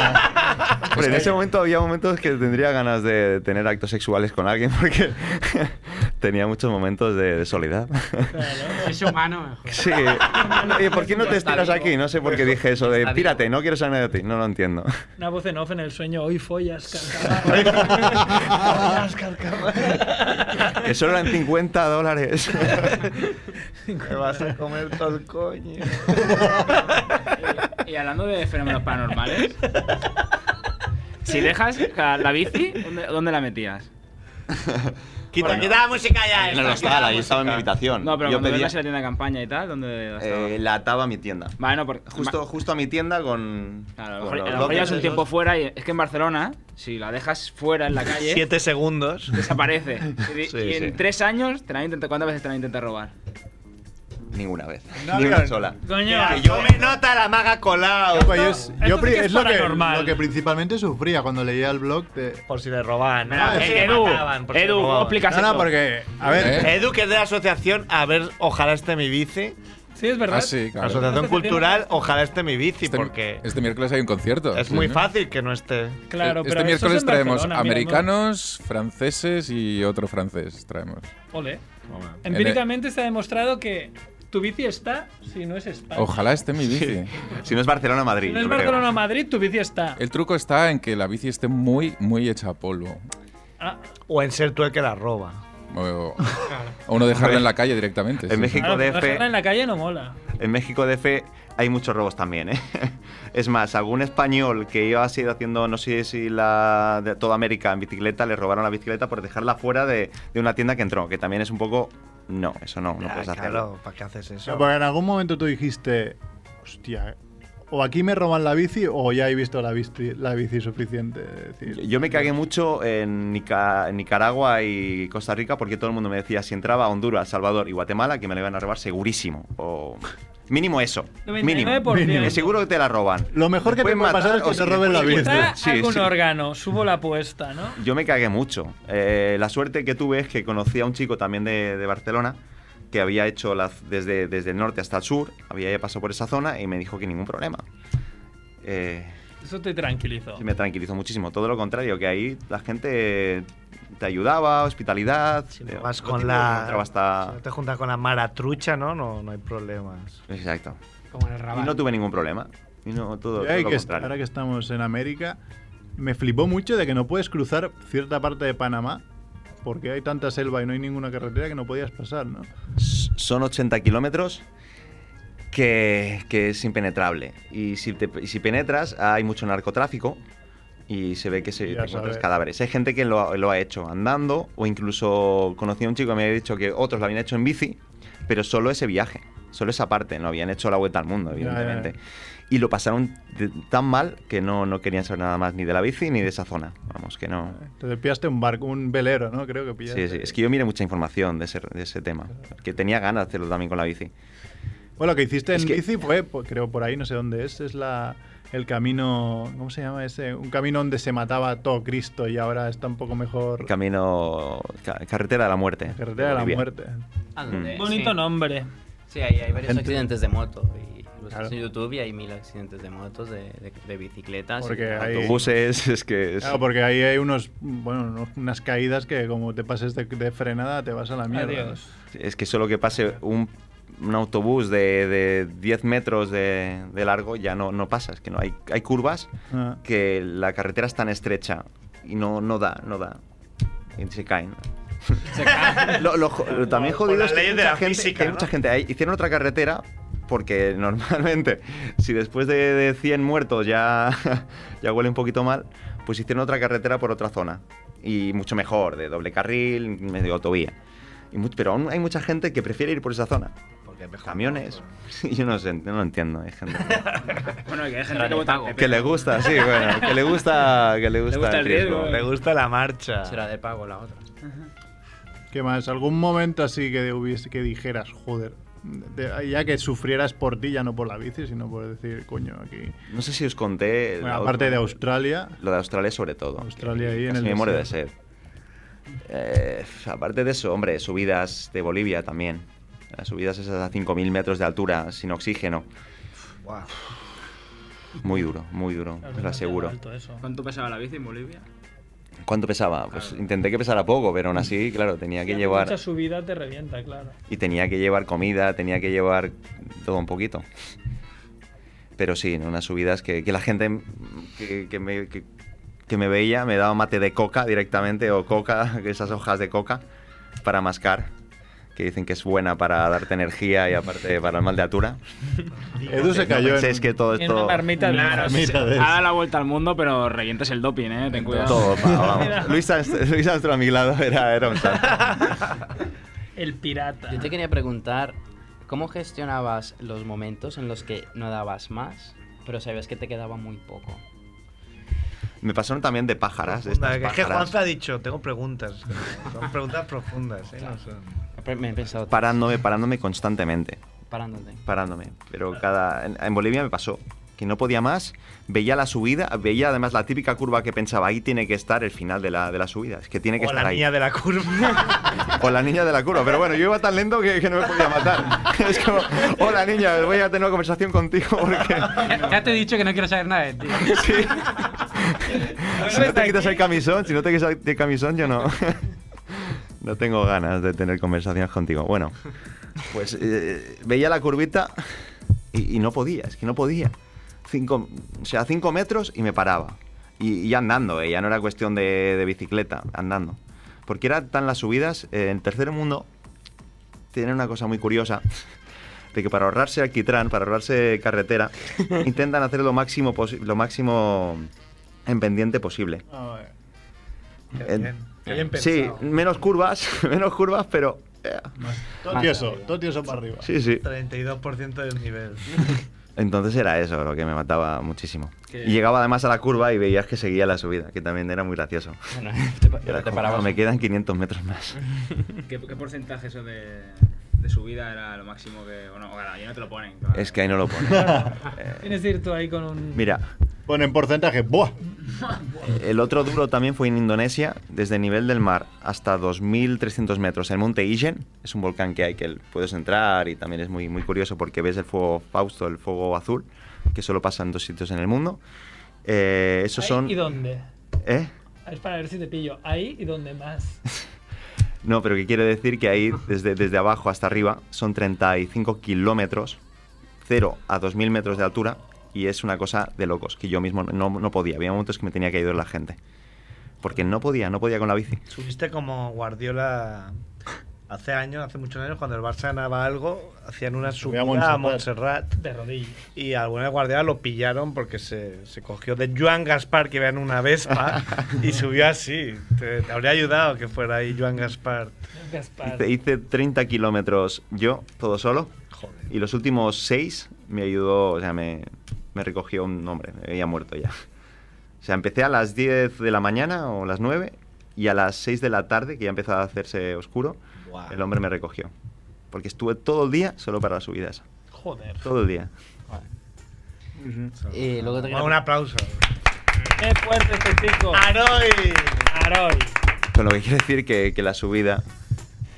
E: Hombre, en ese momento había momentos que tendría ganas de tener actos sexuales con alguien porque tenía muchos momentos de, de soledad.
D: Es humano.
E: Sí. Oye, ¿por qué no te estiras aquí? No sé por qué dije eso de pírate, no quiero saber nada de ti. No lo entiendo.
B: Una voz en off en el sueño. Hoy follas, carcabalas. follas, carcabalas.
E: Que solo eran 50 dólares.
L: Te vas a comer todo el coño.
N: Y hablando de fenómenos paranormales. si dejas la la bici, ¿dónde, dónde la metías?
A: Quita,
N: Bueno.
A: quita la música ya.
E: No, no
A: esta, quita
E: estaba,
A: la
E: yo estaba en mi
A: música.
E: habitación.
N: No, pero
E: yo
N: cuando
E: pedía,
N: ibas a la tienda de campaña y tal, ¿dónde la estabas?
E: eh, la ataba a mi tienda.
N: Vale, no, porque
E: Justo, justo a mi tienda con. Claro,
N: A lo mejor- a lo mejor llevas un tiempo fuera y es que en Barcelona, si la dejas fuera en la calle,
A: Siete segundos.
N: desaparece. Y, di-
E: Sí,
N: y en
E: sí.
N: tres años, te la han intentado- ¿cuántas veces te la han intentado robar?
E: Ninguna vez.
N: No,
E: Ni una
N: no.
E: sola.
N: Coño,
F: Ah,
E: Que yo-
A: Tome nota la maga colao.
F: Pues yo es, yo pri- es lo, que, lo que principalmente sufría cuando leía el blog de.
A: Por si le robaban.
F: Ah,
A: Ah,
F: sí.
A: que
F: Edu,
A: mataban, porque
F: Edu,
A: robaban.
F: explícaselo. No, no, porque, a ver. ¿Eh?
A: Edu, que es de la asociación, a ver, ojalá esté mi bici.
B: Sí, es
G: verdad. Ah, sí, claro.
A: Asociación Cultural, ojalá esté mi bici, porque
G: Este miércoles hay un concierto.
A: es
G: sí,
A: muy
G: ¿no?
A: fácil que no esté.
B: Claro,
G: este
B: pero eso es
G: miércoles
B: en
G: traemos
B: Barcelona, mira,
G: americanos, franceses y otro francés traemos.
B: Ole.
G: Hombre.
B: Empíricamente se ha demostrado que tu bici está si no es España.
G: Ojalá esté mi bici.
E: Si no es Barcelona, Madrid.
B: Si no es Barcelona o Madrid, tu bici está.
G: El truco está en que la bici esté muy, muy hecha polvo.
B: Ah,
A: O en ser tú el que la roba.
G: O, o no dejarla en la calle directamente.
E: En México
B: claro,
E: DF.
B: dejarla en la calle no mola.
E: En México DF hay muchos robos también, ¿eh? Es más, algún español que iba así haciendo, no sé si la de toda América en bicicleta, le robaron la bicicleta por dejarla fuera de, de una tienda que entró, que también es un poco... No, eso no, no puedes hacerlo.
A: Claro, ¿para qué haces eso?
F: No, porque en algún momento tú dijiste, hostia, eh. o aquí me roban la bici o ya he visto la bici, la bici suficiente. Es decir,
E: Yo me cagué mucho en, Nica- en Nicaragua y Costa Rica porque todo el mundo me decía si entraba a Honduras, Salvador y Guatemala que me la iban a robar segurísimo. O mínimo eso. Mínimo.
B: 99%.
E: Que seguro que te la roban.
F: Lo mejor que te puede pasar es que te roben la
B: Quizá
E: Sí,
B: algún
E: sí.
B: órgano, subo la apuesta, ¿no?
E: Yo me cagué mucho. Eh, la suerte que tuve es que conocí a un chico también de, de Barcelona que había hecho la- desde, desde el norte hasta el sur, había pasado por esa zona y me dijo que ningún problema. Eh,
B: Eso te tranquilizó.
E: Sí, me tranquilizó muchísimo. Todo lo contrario, que ahí la gente te ayudaba, hospitalidad. eh,
A: Vas
E: otro
A: con
E: tipo de
A: la.
E: encontraba hasta-
A: si no te juntas con la maratrucha, ¿no? No, no hay problemas.
E: Exacto.
D: Como en el
E: Y no tuve ningún problema. Y no,
F: Yo
E: todo, todo
F: ahí
E: lo
F: que est-
E: contrario.
F: ahora que estamos en América, me flipó mucho de que no puedes cruzar cierta parte de Panamá porque hay tanta selva y no hay ninguna carretera que no podías pasar, ¿no?
E: S- Son 80 kilómetros que, que es impenetrable. Y si, te- y si penetras, hay mucho narcotráfico y se ve que se
F: Ya
E: te encuentras
F: sabes.
E: cadáveres. Hay gente que lo, ha- lo ha hecho andando o incluso conocí a un chico que me había dicho que otros lo habían hecho en bici, pero solo ese viaje, solo esa parte, no habían hecho la vuelta al mundo,
F: Ya, ya, ya.
E: evidentemente. Y lo pasaron de- tan mal que no, no querían saber nada más ni de la bici ni de esa zona. Vamos, que no.
F: Entonces pillaste un barco, un velero, ¿no? Creo que
E: Sí,
F: pillaste.
E: sí, es que yo miré mucha información de ese, de ese tema, que tenía ganas de hacerlo también con la bici.
F: Bueno, lo que hiciste
E: Es
F: en
E: que-
F: bici fue, po- creo por ahí, no sé dónde es, es la el camino, ¿cómo se llama ese? Un camino donde se mataba todo Cristo y ahora está un poco mejor
E: Camino. ca- carretera de la muerte. Mm.
F: carretera de la
E: Bolivia.
F: muerte.
B: Ah,
M: ¿A dónde?
B: Bonito
M: Sí.
B: nombre.
M: Sí, ahí hay varios
F: Gente-
M: accidentes de moto. Y los
F: Claro.
M: en YouTube y hay mil accidentes de motos, de, de- de bicicletas. y
F: Porque
M: de
F: hay-
E: Ah, Autobuses, es que. es-
F: Claro, porque ahí hay unos, bueno, unos- unas caídas que como te pases de, de frenada te vas a la mierda.
B: Adiós.
E: Es que solo que pase un, un autobús de, de 10 metros de, de largo ya no, no pasa. Es que no hay, hay curvas
F: Ah.
E: que la carretera es tan estrecha y no, no da, no da. Y se caen. Lo- lo jo- lo también
A: Por- por
E: jodido
A: las
E: es que hay
A: leyes de
E: mucha
A: la
E: gente,
A: física,
E: que hay
A: ¿no?
E: mucha gente ahí. Hicieron otra carretera porque normalmente si después de, de 100 muertos ya, ya huele un poquito mal, pues hicieron otra carretera por otra zona. Y mucho mejor, de doble carril, medio autovía. Y mu- pero aún hay mucha gente que prefiere ir por esa zona. Camiones. Yo no sé, no lo entiendo. Hay gente
N: Bueno, que hay gente que vota al PP.
E: que le gusta, sí, bueno. Que le gusta, que le gusta,
N: gusta el riesgo.
A: Me gusta la marcha.
M: Será de pago la otra.
F: ¿Qué más? ¿Algún momento así que, hubiese, que dijeras, joder, de- ya que sufrieras por ti, ya no por la bici, sino por decir, coño, aquí.
E: No sé si os conté.
F: Bueno,
E: la
F: aparte
E: otra-
F: de Australia,
E: Lo de Australia sobre todo.
F: Australia ahí en
E: Casi
F: el
E: me muero de
F: desierto.
E: sed. Eh, aparte de eso, hombre, subidas de Bolivia también. Las subidas esas a 5.000 metros de altura, sin oxígeno. Muy duro, muy duro, os lo aseguro.
N: ¿Cuánto pesaba la bici en Bolivia?
E: ¿Cuánto pesaba? Pues intenté que pesara poco, pero aún así, claro, tenía que
B: Mucha
E: llevar...
B: subida te revienta, claro.
E: Y tenía que llevar comida, tenía que llevar todo un poquito. Pero sí, en unas subidas que, que la gente mm, que, que me, que- que me veía me daba mate de coca directamente, o coca, esas hojas de coca, para mascar. que dicen que es buena para darte energía y aparte para el mal de altura.
F: Edu se
E: No
F: cayó en-
E: penséis que todo
F: en
E: esto...
F: una marmita de
N: Claro,
F: esas.
N: sí, sí.
F: Marmita de
N: ha dado la vuelta al mundo, pero revientes el doping, ¿eh? Ten cuidado.
E: Todo, pa, vamos. Luis, Armstrong, Luis Armstrong a mi lado era, era un santo.
B: El pirata.
M: Yo te quería preguntar, ¿cómo gestionabas los momentos en los que no dabas más, pero sabías que te quedaba muy poco?
E: Me pasaron también de pájaras. de
L: Profunda,
E: estas
L: que es que
E: pájaras.
L: Juanfe ha dicho, tengo preguntas. Son preguntas profundas, ¿eh? No son-
M: Me he pensado
E: Parándome, parándome constantemente.
M: parándote.
E: Parándome. Pero cada. En, en Bolivia me pasó. Que no podía más, veía la subida, veía además la típica curva que pensaba, ahí tiene que estar el final de la, de la subida. Es que tiene que
L: o
E: estar
L: la
E: ahí.
L: niña de la curva.
E: O la niña de la curva. Pero bueno, yo iba tan lento que, que no me podía matar. es como, hola niña, voy a tener una conversación contigo porque.
D: Ya, ya te he dicho que no quiero saber nada de ti.
E: si no te quitas el camisón, si no te quitas el camisón, yo no. No tengo ganas de tener conversaciones contigo. Bueno, pues eh, veía la curvita y, y no podía, es que no podía. Cinco, o sea, cinco metros y me paraba. Y, y andando, eh, ya no era cuestión de, de bicicleta, andando. Porque eran tan las subidas. eh, en tercer mundo tiene una cosa muy curiosa de que para ahorrarse alquitrán, para ahorrarse carretera, intentan hacer lo máximo, posi- lo máximo en pendiente posible. En-
F: Qué bien
E: sí,
F: pensado.
E: menos curvas, menos curvas, pero... eh,
F: Todo tieso, todo tieso para arriba.
E: Sí, sí.
L: 32% del nivel.
E: Entonces era eso lo que me mataba muchísimo.
L: Qué-
E: Y llegaba además a la curva y veías que seguía la subida, que también era muy gracioso.
M: Bueno, te pa-
E: Era
M: te
E: como,
M: parabas.
E: "Ah, me quedan 500 metros más.
N: ¿Qué, qué porcentaje eso de, de subida era lo máximo que.? Bueno, claro, ahí no te lo ponen.
E: Es que ahí no lo pone. Eh,
B: Tienes que ir tú ahí con un.
E: Mira,
F: Bueno, en porcentaje, ¡buah!
E: el otro duro también fue en Indonesia, desde el nivel del mar hasta 2.300 metros, el monte Ijen. Es un volcán que hay que el- puedes entrar y también es muy, muy curioso porque ves el fuego Fausto, el fuego azul, que solo pasa en dos sitios en el mundo. Eh, esos
B: Ahí
E: son...
B: ¿Y dónde?
E: ¿Eh?
B: Es para ver si te pillo. Ahí y dónde más.
E: No, pero que quiere decir que ahí, desde, desde abajo hasta arriba, son 35 kilómetros, 0 a 2.000 metros de altura, y es una cosa de locos, que yo mismo no, no podía. Había momentos que me tenía que ayudar la gente. Porque no podía, no podía con la bici.
L: Subiste como Guardiola hace años, hace muchos años, cuando el Barça ganaba algo, hacían una subida a
F: Montserrat.
L: Montserrat.
B: De rodillas.
L: Y alguna Guardiola lo pillaron porque se, se cogió de Joan Gaspar, que vean una Vespa, y subió así. Te, te habría ayudado que fuera ahí Joan Gaspar.
B: Gaspar.
E: Hice, hice 30 kilómetros yo, todo solo, y los últimos 6 me ayudó, o sea, me, me recogió un hombre, me había muerto ya. O sea, empecé a las 10 de la mañana o las 9, y a las 6 de la tarde, que ya empezaba a hacerse oscuro, el hombre me recogió. Porque estuve todo el día solo para la subida esa.
B: Joder.
E: Todo el día.
M: Y luego te
L: Bueno, Un aplauso.
B: ¡Qué fuerte este chico!
L: ¡Aroy!
B: ¡Aroy!
E: Con lo que quiere decir que, que la subida,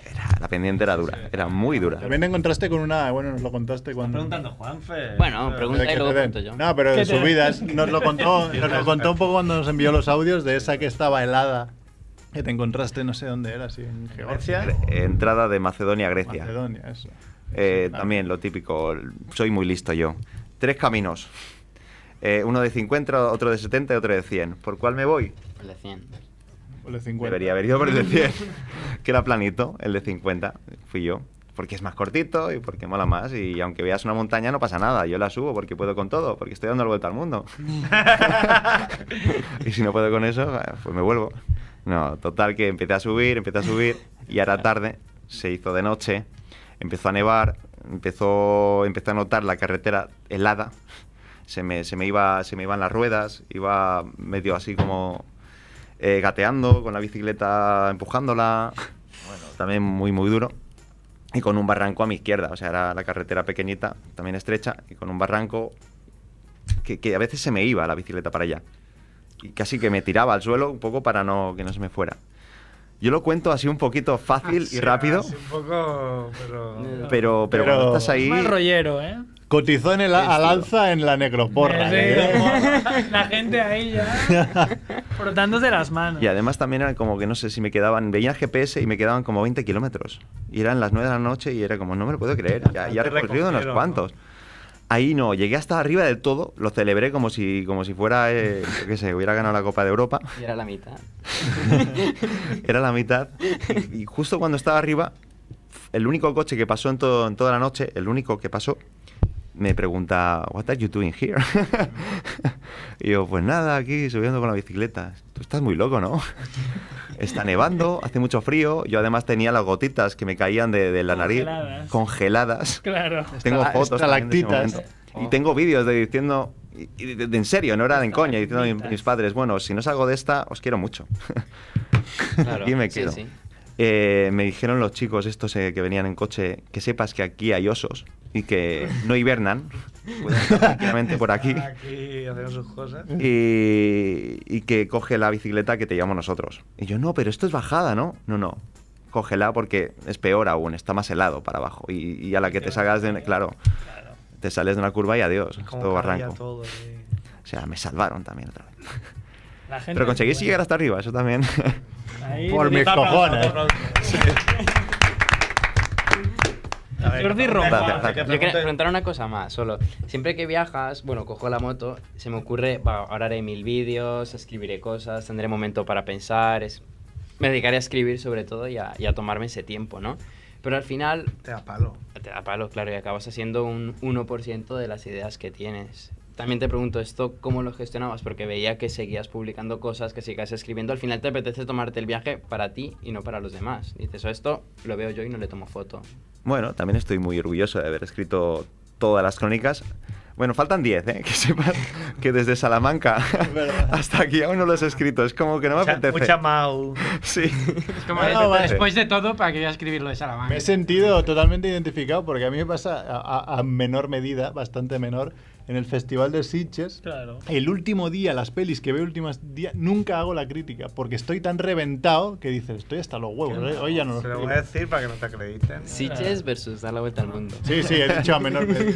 E: era, la pendiente era dura, era muy dura.
F: También te encontraste con una. Bueno, nos lo contaste cuando.
L: preguntando Juanfe.
M: Bueno, pregunta y
F: Que te
M: luego
F: den.
M: cuento yo.
F: No, pero
M: ¿Qué
F: de
M: te-
F: subidas. Nos lo contó, nos lo contó un poco cuando nos envió los audios de esa que estaba helada. Que te encontraste, no sé dónde era, si en Georgia.
E: Entrada de Macedonia a Grecia.
F: Macedonia, eso.
E: Eh, también lo típico, soy muy listo yo. Tres caminos. Eh, uno de 50, otro de 70 y otro de 100. ¿Por cuál me voy?
M: El de 100.
F: O los 50.
E: Debería haber ido por el de 100, que era planito, el de 50, fui yo. Porque es más cortito y porque mola más. Y aunque veas una montaña no pasa nada, yo la subo porque puedo con todo, porque estoy dando la vuelta al mundo. y si no puedo con eso, eh, pues me vuelvo. No, total que empecé a subir, empecé a subir y ahora tarde, se hizo de noche, empezó a nevar, empezó, empecé a notar la carretera helada, se me, se me, iba, se me iban las ruedas, iba medio así como eh, gateando, con la bicicleta empujándola, bueno, también muy, muy duro. Y con un barranco a mi izquierda, o sea, era la carretera pequeñita, también estrecha, y con un barranco que, que a veces se me iba la bicicleta para allá. Y casi que me tiraba al suelo un poco para no que no se me fuera. Yo lo cuento así un poquito
J: Ah,
E: fácil y rápido,
L: Sí, un poco, pero...
E: pero, pero, cuando estás ahí...
B: Mal rollero, ¿eh?
F: Cotizó en el, al alza en la necroporra. ¿eh?
B: La gente ahí ya. Frotándose las manos.
E: Y además también era como que no sé si me quedaban, veía el GPS y me quedaban como 20 kilómetros. Y eran las 9 de la noche y era como, no me lo puedo creer, ya, ya he
L: Te
E: recorrido unos
L: recogieron,
E: cuantos. Ahí no, llegué hasta arriba del todo, lo celebré como si, como si fuera, eh, yo qué sé, hubiera ganado la Copa de Europa.
M: Y era la mitad.
E: Era la mitad. Y, y justo cuando estaba arriba, el único coche que pasó en, todo, en toda la noche, el único que pasó, me pregunta, What are you doing here? y yo, pues nada, aquí subiendo con la bicicleta. Tú estás muy loco, ¿no? Está nevando, hace mucho frío. Yo además tenía las gotitas que me caían de, de la nariz congeladas.
B: Congeladas. Claro.
E: Tengo
M: Ah,
B: Estal-
E: fotos también de ese
B: estalactitas.
E: momento. Y tengo vídeos de diciendo, y- y de, de en serio, no era de en coña, diciendo a mi- mis padres, bueno, si no salgo de esta, os quiero mucho. y me
M: sí,
E: quedo.
M: sí.
E: Eh, me dijeron los chicos estos eh, que venían en coche que sepas que aquí hay osos y que no hibernan, pueden estar tranquilamente por aquí.
L: Aquí hacemos sus cosas.
E: Y, y que coge la bicicleta que te llevamos nosotros. Y yo, no, pero esto es bajada, ¿no? No, no. Cógela porque es peor aún, está más helado para abajo. Y, y a la que te salgas de. Claro, te sales de una curva y adiós, es todo barranco.
L: todo, sí.
E: O sea, me salvaron también otra vez.
B: La gente
E: Pero conseguís
B: es buena.
E: llegar hasta arriba, eso también.
B: Ahí
F: Por
B: le
F: mis
B: tapa-
F: cojones.
B: Sí.
M: Jordi
E: Dale, dale.
M: Yo quería preguntar una cosa más, solo. Siempre que viajas, bueno, cojo la moto, se me ocurre, va, ahora haré mil vídeos, escribiré cosas, tendré momento para pensar, es- me dedicaré a escribir sobre todo y a, y a tomarme ese tiempo, ¿no? Pero al final...
L: Te da palo.
M: Te da palo, claro, y acabas haciendo un 1% de las ideas que tienes. También te pregunto esto, ¿cómo lo gestionabas? Porque veía que seguías publicando cosas, que sigas escribiendo. Al final te apetece tomarte el viaje para ti y no para los demás. Dices, "O esto lo veo yo y no le tomo foto.
E: Bueno, también estoy muy orgulloso de haber escrito todas las crónicas. Bueno, faltan 10, ¿eh? que sepas que desde Salamanca hasta aquí aún no los he escrito. Es como que no me
L: Mucha-
E: apetece.
L: mucha mau.
E: Sí.
D: Es como
F: Ah,
D: de-
F: vale.
D: después de todo, para que ya escribirlo de Salamanca.
F: Me he sentido totalmente identificado porque a mí me pasa a, a- a menor medida, bastante menor, en el Festival de Sitges.
B: Claro.
F: El último día, las pelis que veo el último día, nunca hago la crítica porque estoy tan reventado que dices, estoy hasta los huevos, ¿eh? hoy ya no lo
L: Se lo
F: escribo".
L: voy a decir para que no te acrediten.
M: Sitges versus dar la vuelta al mundo.
F: Sí, sí, he dicho a menor medida.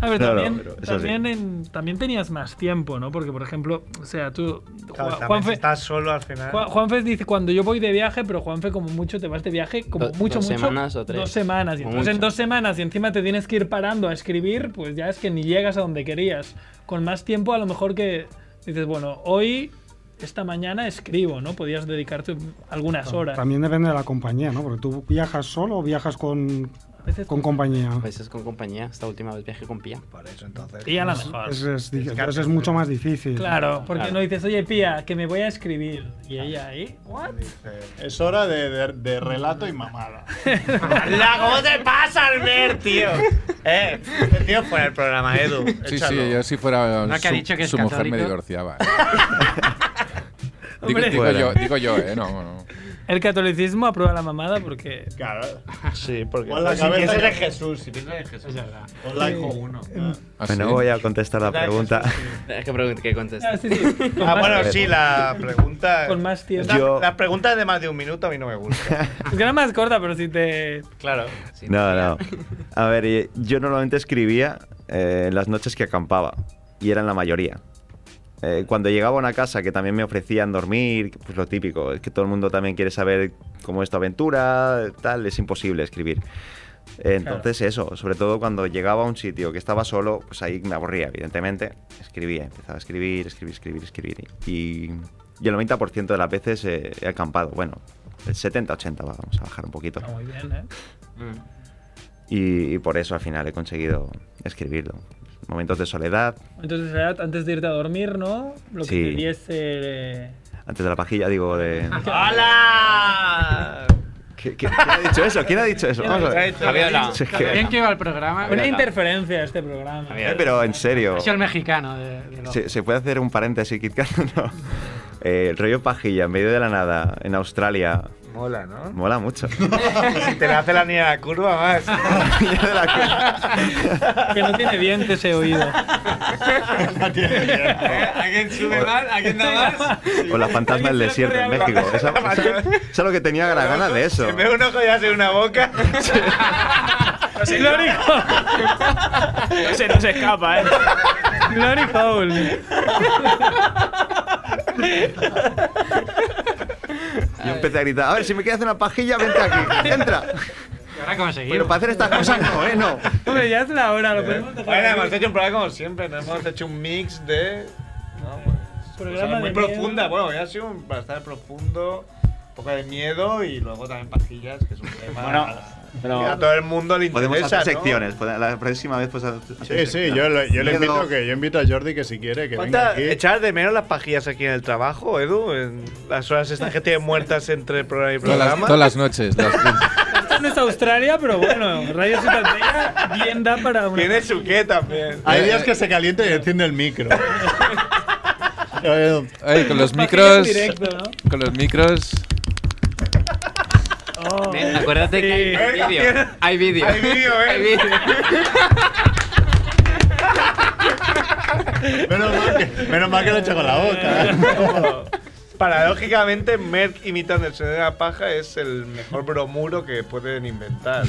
B: A ver,
F: No, no,
B: también,
F: pero
L: eso sí.
B: también, en- también tenías más tiempo, ¿no? Porque, por ejemplo, o sea, tú...
L: Claro,
B: Ju-
L: también
B: Juanfe-
L: si estás solo al final.
B: Juan, Juanfe dice, cuando yo voy de viaje, pero Juanfe como mucho te vas de viaje, como
M: Do-
B: mucho,
M: dos
B: mucho.
M: semanas o tres.
B: Dos semanas. Y
M: Como
B: entonces en
M: mucho.
B: dos semanas y encima te tienes que ir parando a escribir, pues ya es que ni llegas a donde querías. Con más tiempo a lo mejor que dices, bueno, hoy, esta mañana escribo, ¿no? Podías dedicarte algunas horas.
J: También depende de la compañía, ¿no? Porque tú viajas solo o viajas con,
B: veces
J: con compañía.
M: A veces Pues con compañía. Esta última vez viajé con Pía.
L: Por eso entonces.
B: Pía la mejor.
M: Pues,
J: Es, es, di- entonces es mucho más difícil.
B: Claro, porque
J: Claro.
B: no dices, oye, Pía, que me voy a escribir. Y ella ahí, ¿what?
F: Es hora de, de- de relato y mamada.
L: La, ¿Cómo te pasa, Albert, tío? Eh, este tío fue el programa, Edu.
G: Sí,
L: échalo.
G: sí, yo si fuera
L: No, que ha
G: su,
L: dicho que es
G: su mujer me
L: católico.
G: divorciaba. digo,
B: Hombre.
G: digo yo, digo yo, ¿eh? No, no.
B: El catolicismo aprueba la mamada porque.
F: Claro.
L: Sí, porque. pues,
F: Pon la cabeza
L: piensas
F: que-
L: en Jesús, si piensas en Jesús, es verdad.
F: Online
B: Eh,
L: con uno.
E: Bueno, voy a contestar la
L: Dale,
E: pregunta.
M: Deja que pregunte, que conteste.
B: Ah, sí, sí. Con
L: Ah,
B: más-
L: bueno, sí, la pregunta.
B: Con más tiempo.
L: La-
E: Yo-
L: Las preguntas de más de un minuto a mí no me gustan.
B: Es que era más corta, pero si te.
L: Claro.
E: No, no. A ver, eh, yo normalmente escribía eh, en las noches que acampaba, y eran la mayoría. Eh, cuando llegaba a una casa que también me ofrecían dormir, pues lo típico, es que todo el mundo también quiere saber cómo es tu aventura, tal, es imposible escribir. Eh, Entonces eso, sobre todo cuando llegaba a un sitio que estaba solo, pues ahí me aburría, evidentemente, escribía, empezaba a escribir, escribir, escribir, escribir. Y, y el 90% de las veces eh, he acampado, bueno, el 70-80, va, vamos a bajar un poquito.
B: Está muy bien, ¿eh?
L: Mm.
E: Y, y por eso al final he conseguido escribirlo. Momentos de soledad,
B: Entonces, en realidad, antes de irte a dormir, ¿no? Lo que eh,
E: Sí.
B: te diese.
E: antes de la pajilla, digo, de...
B: ¡Hala!
E: ¿Qui- qui- ¿Quién ha dicho eso? ¿Quién ha dicho eso? Vamos a ver.
D: Fabiola.
E: Si es que-
D: Bien que iba al programa.
B: Una interferencia a este programa.
E: Eh, Pero en serio,
D: Ha sido el mexicano. eh. De, de los-
E: ¿se, se puede hacer un paréntesis, Kit Kat? No. Eh, el rollo pajilla, en medio de la nada, en Australia,
L: Mola, ¿no?
E: mola mucho.
L: si te la hace la niña de la curva, más.
B: Que no tiene dientes ese oído.
D: ¿A quién sube mal? ¿A quién da más?
E: O la fantasma del desierto en México. Esa, esa- esa es lo que tenía la gana de eso.
L: Me un ojo y hace una boca.
N: No se nos escapa, ¿eh?
B: Glory Hole.
E: Yo empecé a gritar, a ver, si me quieres hacer una pajilla, vente aquí, entra.
D: ¿Y ahora cómo seguimos?
E: Pero para hacer estas cosas no, ¿eh? No.
B: Hombre, ya es la hora, lo podemos dejar.
L: Bueno,
B: aquí.
L: hemos hecho un programa como siempre, ¿no? hemos hecho un mix de. No, pues,
B: Programa
L: cosas muy
B: de
L: profunda, bueno, ya ha sido un- bastante profundo.
O: Un poco de miedo y luego también pastillas, que es un tema.
E: Bueno, pero-
O: que a todo el mundo le interesa.
E: Podemos
O: ¿no?
E: hacer secciones. pues, La próxima vez, pues.
F: Sí, sí, yo, le- yo le invito que yo invito a Jordi que si quiere que venga
A: ¿Cuántas
F: aquí.
A: echar de menos las pajillas aquí en el trabajo, Edu? En las horas estas que tienen muertas entre programa y
G: Todas las,
A: programa.
G: todas las noches. las-
B: Esto no es Australia, pero bueno, Radio Ciudadela bien da para una.
A: Tiene su qué también.
F: Hay días que se calienta y enciende el micro. Eh,
G: Ay, con los
F: Páginas
G: micros.
F: en directo,
G: Con los micros.
M: Ven, acuérdate que hay- hay vídeo. Hay vídeo.
P: Hay vídeo, ¿eh?
M: Hay vídeo.
F: menos, mal que, menos mal que lo he hecho con la boca.
A: Paradójicamente, Merck imitando el sonido de la paja es el mejor bromuro que pueden inventar.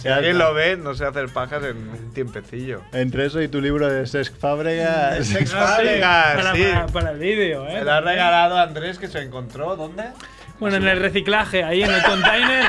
A: si alguien lo ve, no sé hacer pajas en un tiempecillo.
F: Entre eso y tu libro de Sex Ah, Fábregas.
A: Sex Fábregas,
B: para,
A: sí.
B: para- para el vídeo, ¿eh?
A: Me lo ha regalado Andrés, que se encontró. ¿Dónde?
B: Bueno, en el reciclaje, ahí en el container.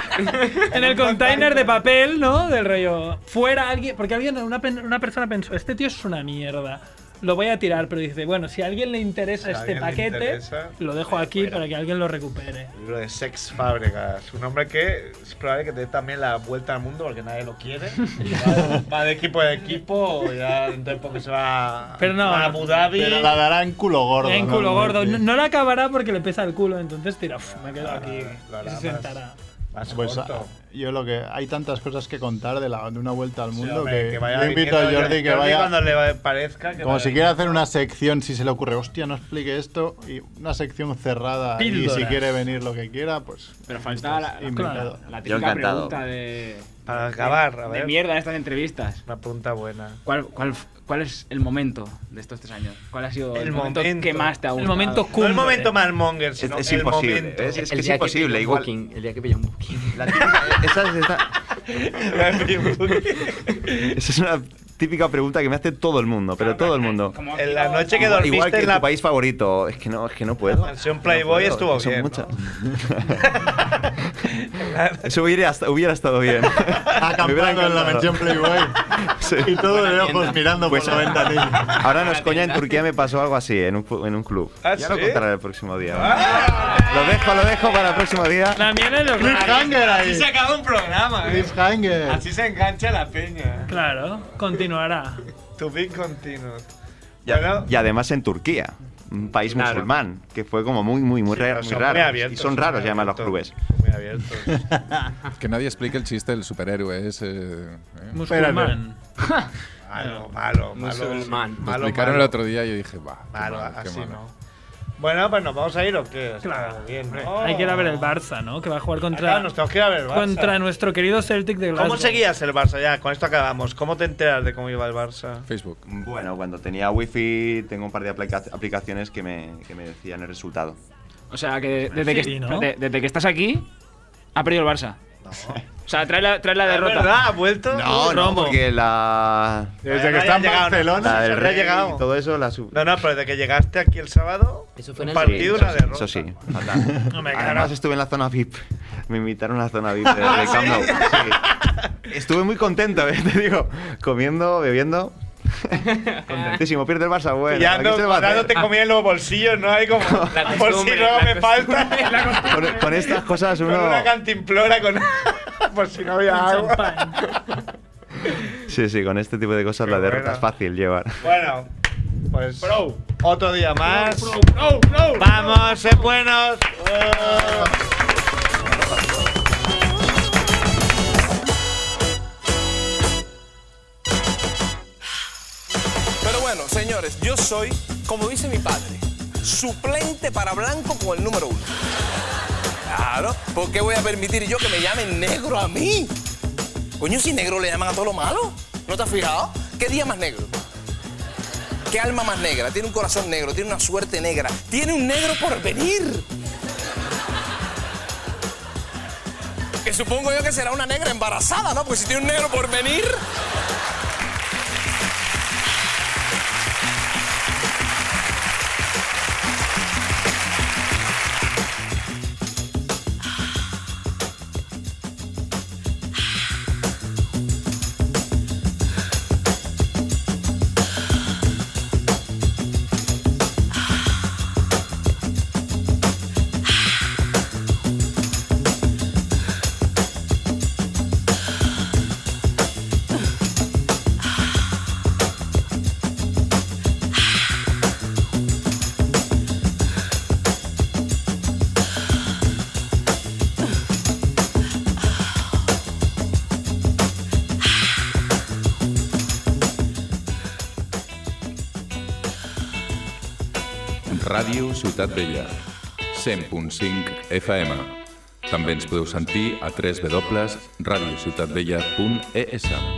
B: en el container de papel, ¿no? Del rollo. Fuera alguien. Porque alguien, una, pen- una persona pensó, este tío es una mierda. Lo voy a tirar, pero dice, bueno, si a alguien le interesa
A: Si a
B: este
A: alguien le
B: paquete,
A: interesa, pues
B: lo dejo aquí para que alguien lo recupere.
A: El libro de Sex Fábregas. Un hombre que es probable que te dé también la vuelta al mundo porque nadie lo quiere. Va- Va de equipo en equipo, ya dentro de poco se va
B: Pero no.
A: a Abu Dhabi.
F: Pero la dará en culo gordo.
B: en
F: ¿no?
B: culo gordo. No, no la acabará porque le pesa el culo, entonces tira, "Uf, me quedo aquí. Y se sentará.
F: Pues ah, yo lo que hay tantas cosas que contar de, la, de una vuelta al mundo
A: hombre,
F: que,
A: que vaya
F: yo invito a
A: viniendo
F: Jordi que
A: Jordi
F: vaya
A: cuando le va- parezca que
F: como
A: la-
F: si quiere hacer una sección si se le ocurre hostia no explique esto y una sección cerrada
N: Píldoras.
F: y si quiere venir lo que quiera pues
N: Pero falta la, la,
F: Invitado.
N: la- la
F: Yo
N: típica
F: encantado.
N: pregunta de.
A: Para acabar, a
N: de,
A: ver.
N: de mierda de estas entrevistas.
A: Una pregunta buena.
N: ¿Cuál, cuál, f- cuál es el momento de estos tres años? ¿Cuál ha sido el,
A: El
N: momento,
A: momento.
N: que más te ha
A: El
N: gustado?
A: momento No el momento cumbre. malmonger,
E: Es, es imposible. Es, es que es imposible. Igual.
M: el día que pilla un booking.
E: La típica- esa, es- esa- esa es una típica pregunta que me hace todo el mundo, pero todo el mundo.
A: En la noche que
E: Igual-
A: dormiste
E: Igual que
A: en
E: tu
A: la
E: país favorito. Es que no, es que no puedo.
A: mansión
E: No
A: Playboy
E: puedo,
A: estuvo
E: son
A: bien.
E: muchas. Eso hubiera, hasta- hubiera estado bien. Me hubiera
F: acampando en la
E: encantado.
F: mansión Playboy
E: Sí.
F: y todo de ojos mirando
E: Pues
F: por la ventanilla
E: Ahora no es coña, en Turquía me pasó algo así, en un, pu- en un club.
F: ¿Ah,
E: ya lo
F: sí? Ah.
E: contaré el próximo día. Lo dejo, lo dejo para el próximo día.
B: La mierda de los
F: Cliffhanger ahí.
A: Así se acaba un programa. ¿eh?
F: Cliffhanger.
A: Así se engancha la peña.
B: Claro, continuará.
A: To be continued.
E: Ya- Y además en Turquía, un país
A: Claro.
E: musulmán, que fue como muy, muy, muy, raro,
A: pero
E: muy
A: son muy
E: raro.
A: abiertos,
E: y son
A: son
E: raros,
A: muy
E: ya además, los clubes.
A: abiertos. Muy abiertos.
G: Que nadie explique el chiste del superhéroe. Es. eh, eh.
B: Musulmán.
A: Malo, malo, malo.
G: Musulmán. Lo
A: Malo,
G: explicaron el
A: malo.
G: otro día y yo dije, va. qué
A: Malo,
G: malo, qué
A: así
G: malo.
A: no. Bueno, pues nos vamos a ir o qué. Claro, bien. ¿no?
B: Hay que ir a ver el Barça, ¿no? Que va a jugar contra,
A: Acá nos tenemos que ir a ver el Oh, Barça.
B: contra nuestro querido Celtic de Glasgow.
A: ¿Cómo seguías el Barça? Ya, con esto acabamos. ¿Cómo te enteras de cómo iba el Barça?
G: Facebook.
E: Bueno, cuando tenía wifi tengo un par de aplica- aplicaciones que me, que me decían el resultado.
N: O sea, que desde, que,
E: Sí, ¿no?
N: espérate, desde que estás aquí, ha perdido el Barça. O sea, trae la, trae la derrota.
A: verdad, ha vuelto.
E: No, no, porque la...
A: Desde que está en Barcelona,
E: la
A: se
E: del
A: habrá
E: Rey
A: llegado.
E: y todo eso, la sub...
A: No, no, pero desde que llegaste aquí el sábado, un partido,
E: Sí,
A: una derrota.
E: Eso sí, fatal.
A: No me
E: Además estuve en la zona VIP. Me invitaron a la zona VIP de, de
A: ¿Ah,
E: Camp Nou. Sí. Estuve muy contento, eh, te digo. Comiendo, bebiendo. Contentísimo. Pierde el Barça, bueno.
A: ya
E: aquí se
A: ando,
E: va a hacer.
A: dándote comida en los bolsillos, ¿no? Hay como. Por si
E: costumbre,
A: luego
E: la
A: me falta.
E: Con, con estas cosas
A: Con
E: uno...
A: una cantimplora, con. por si no había agua.
E: Sí, sí, con este tipo de cosas la derrota
A: buena.
E: es fácil llevar.
A: Bueno, pues. Otro día más. Vamos, sed buenos.
Q: Pero bueno, señores, yo soy, como dice mi padre, suplente para blanco con el número uno. Claro, ¿por qué voy a permitir yo que me llamen negro a mí? Coño, si negro le llaman a todo lo malo. ¿No te has fijado? ¿Qué día más negro? ¿Qué alma más negra? Tiene un corazón negro, tiene una suerte negra, tiene un negro por venir. Que supongo yo que será una negra embarazada, ¿no? Porque si tiene un negro por venir.
G: Ràdio Ciutat Vella, 100.5 FM. També ens podeu sentir E a www.radiociutatvella.es.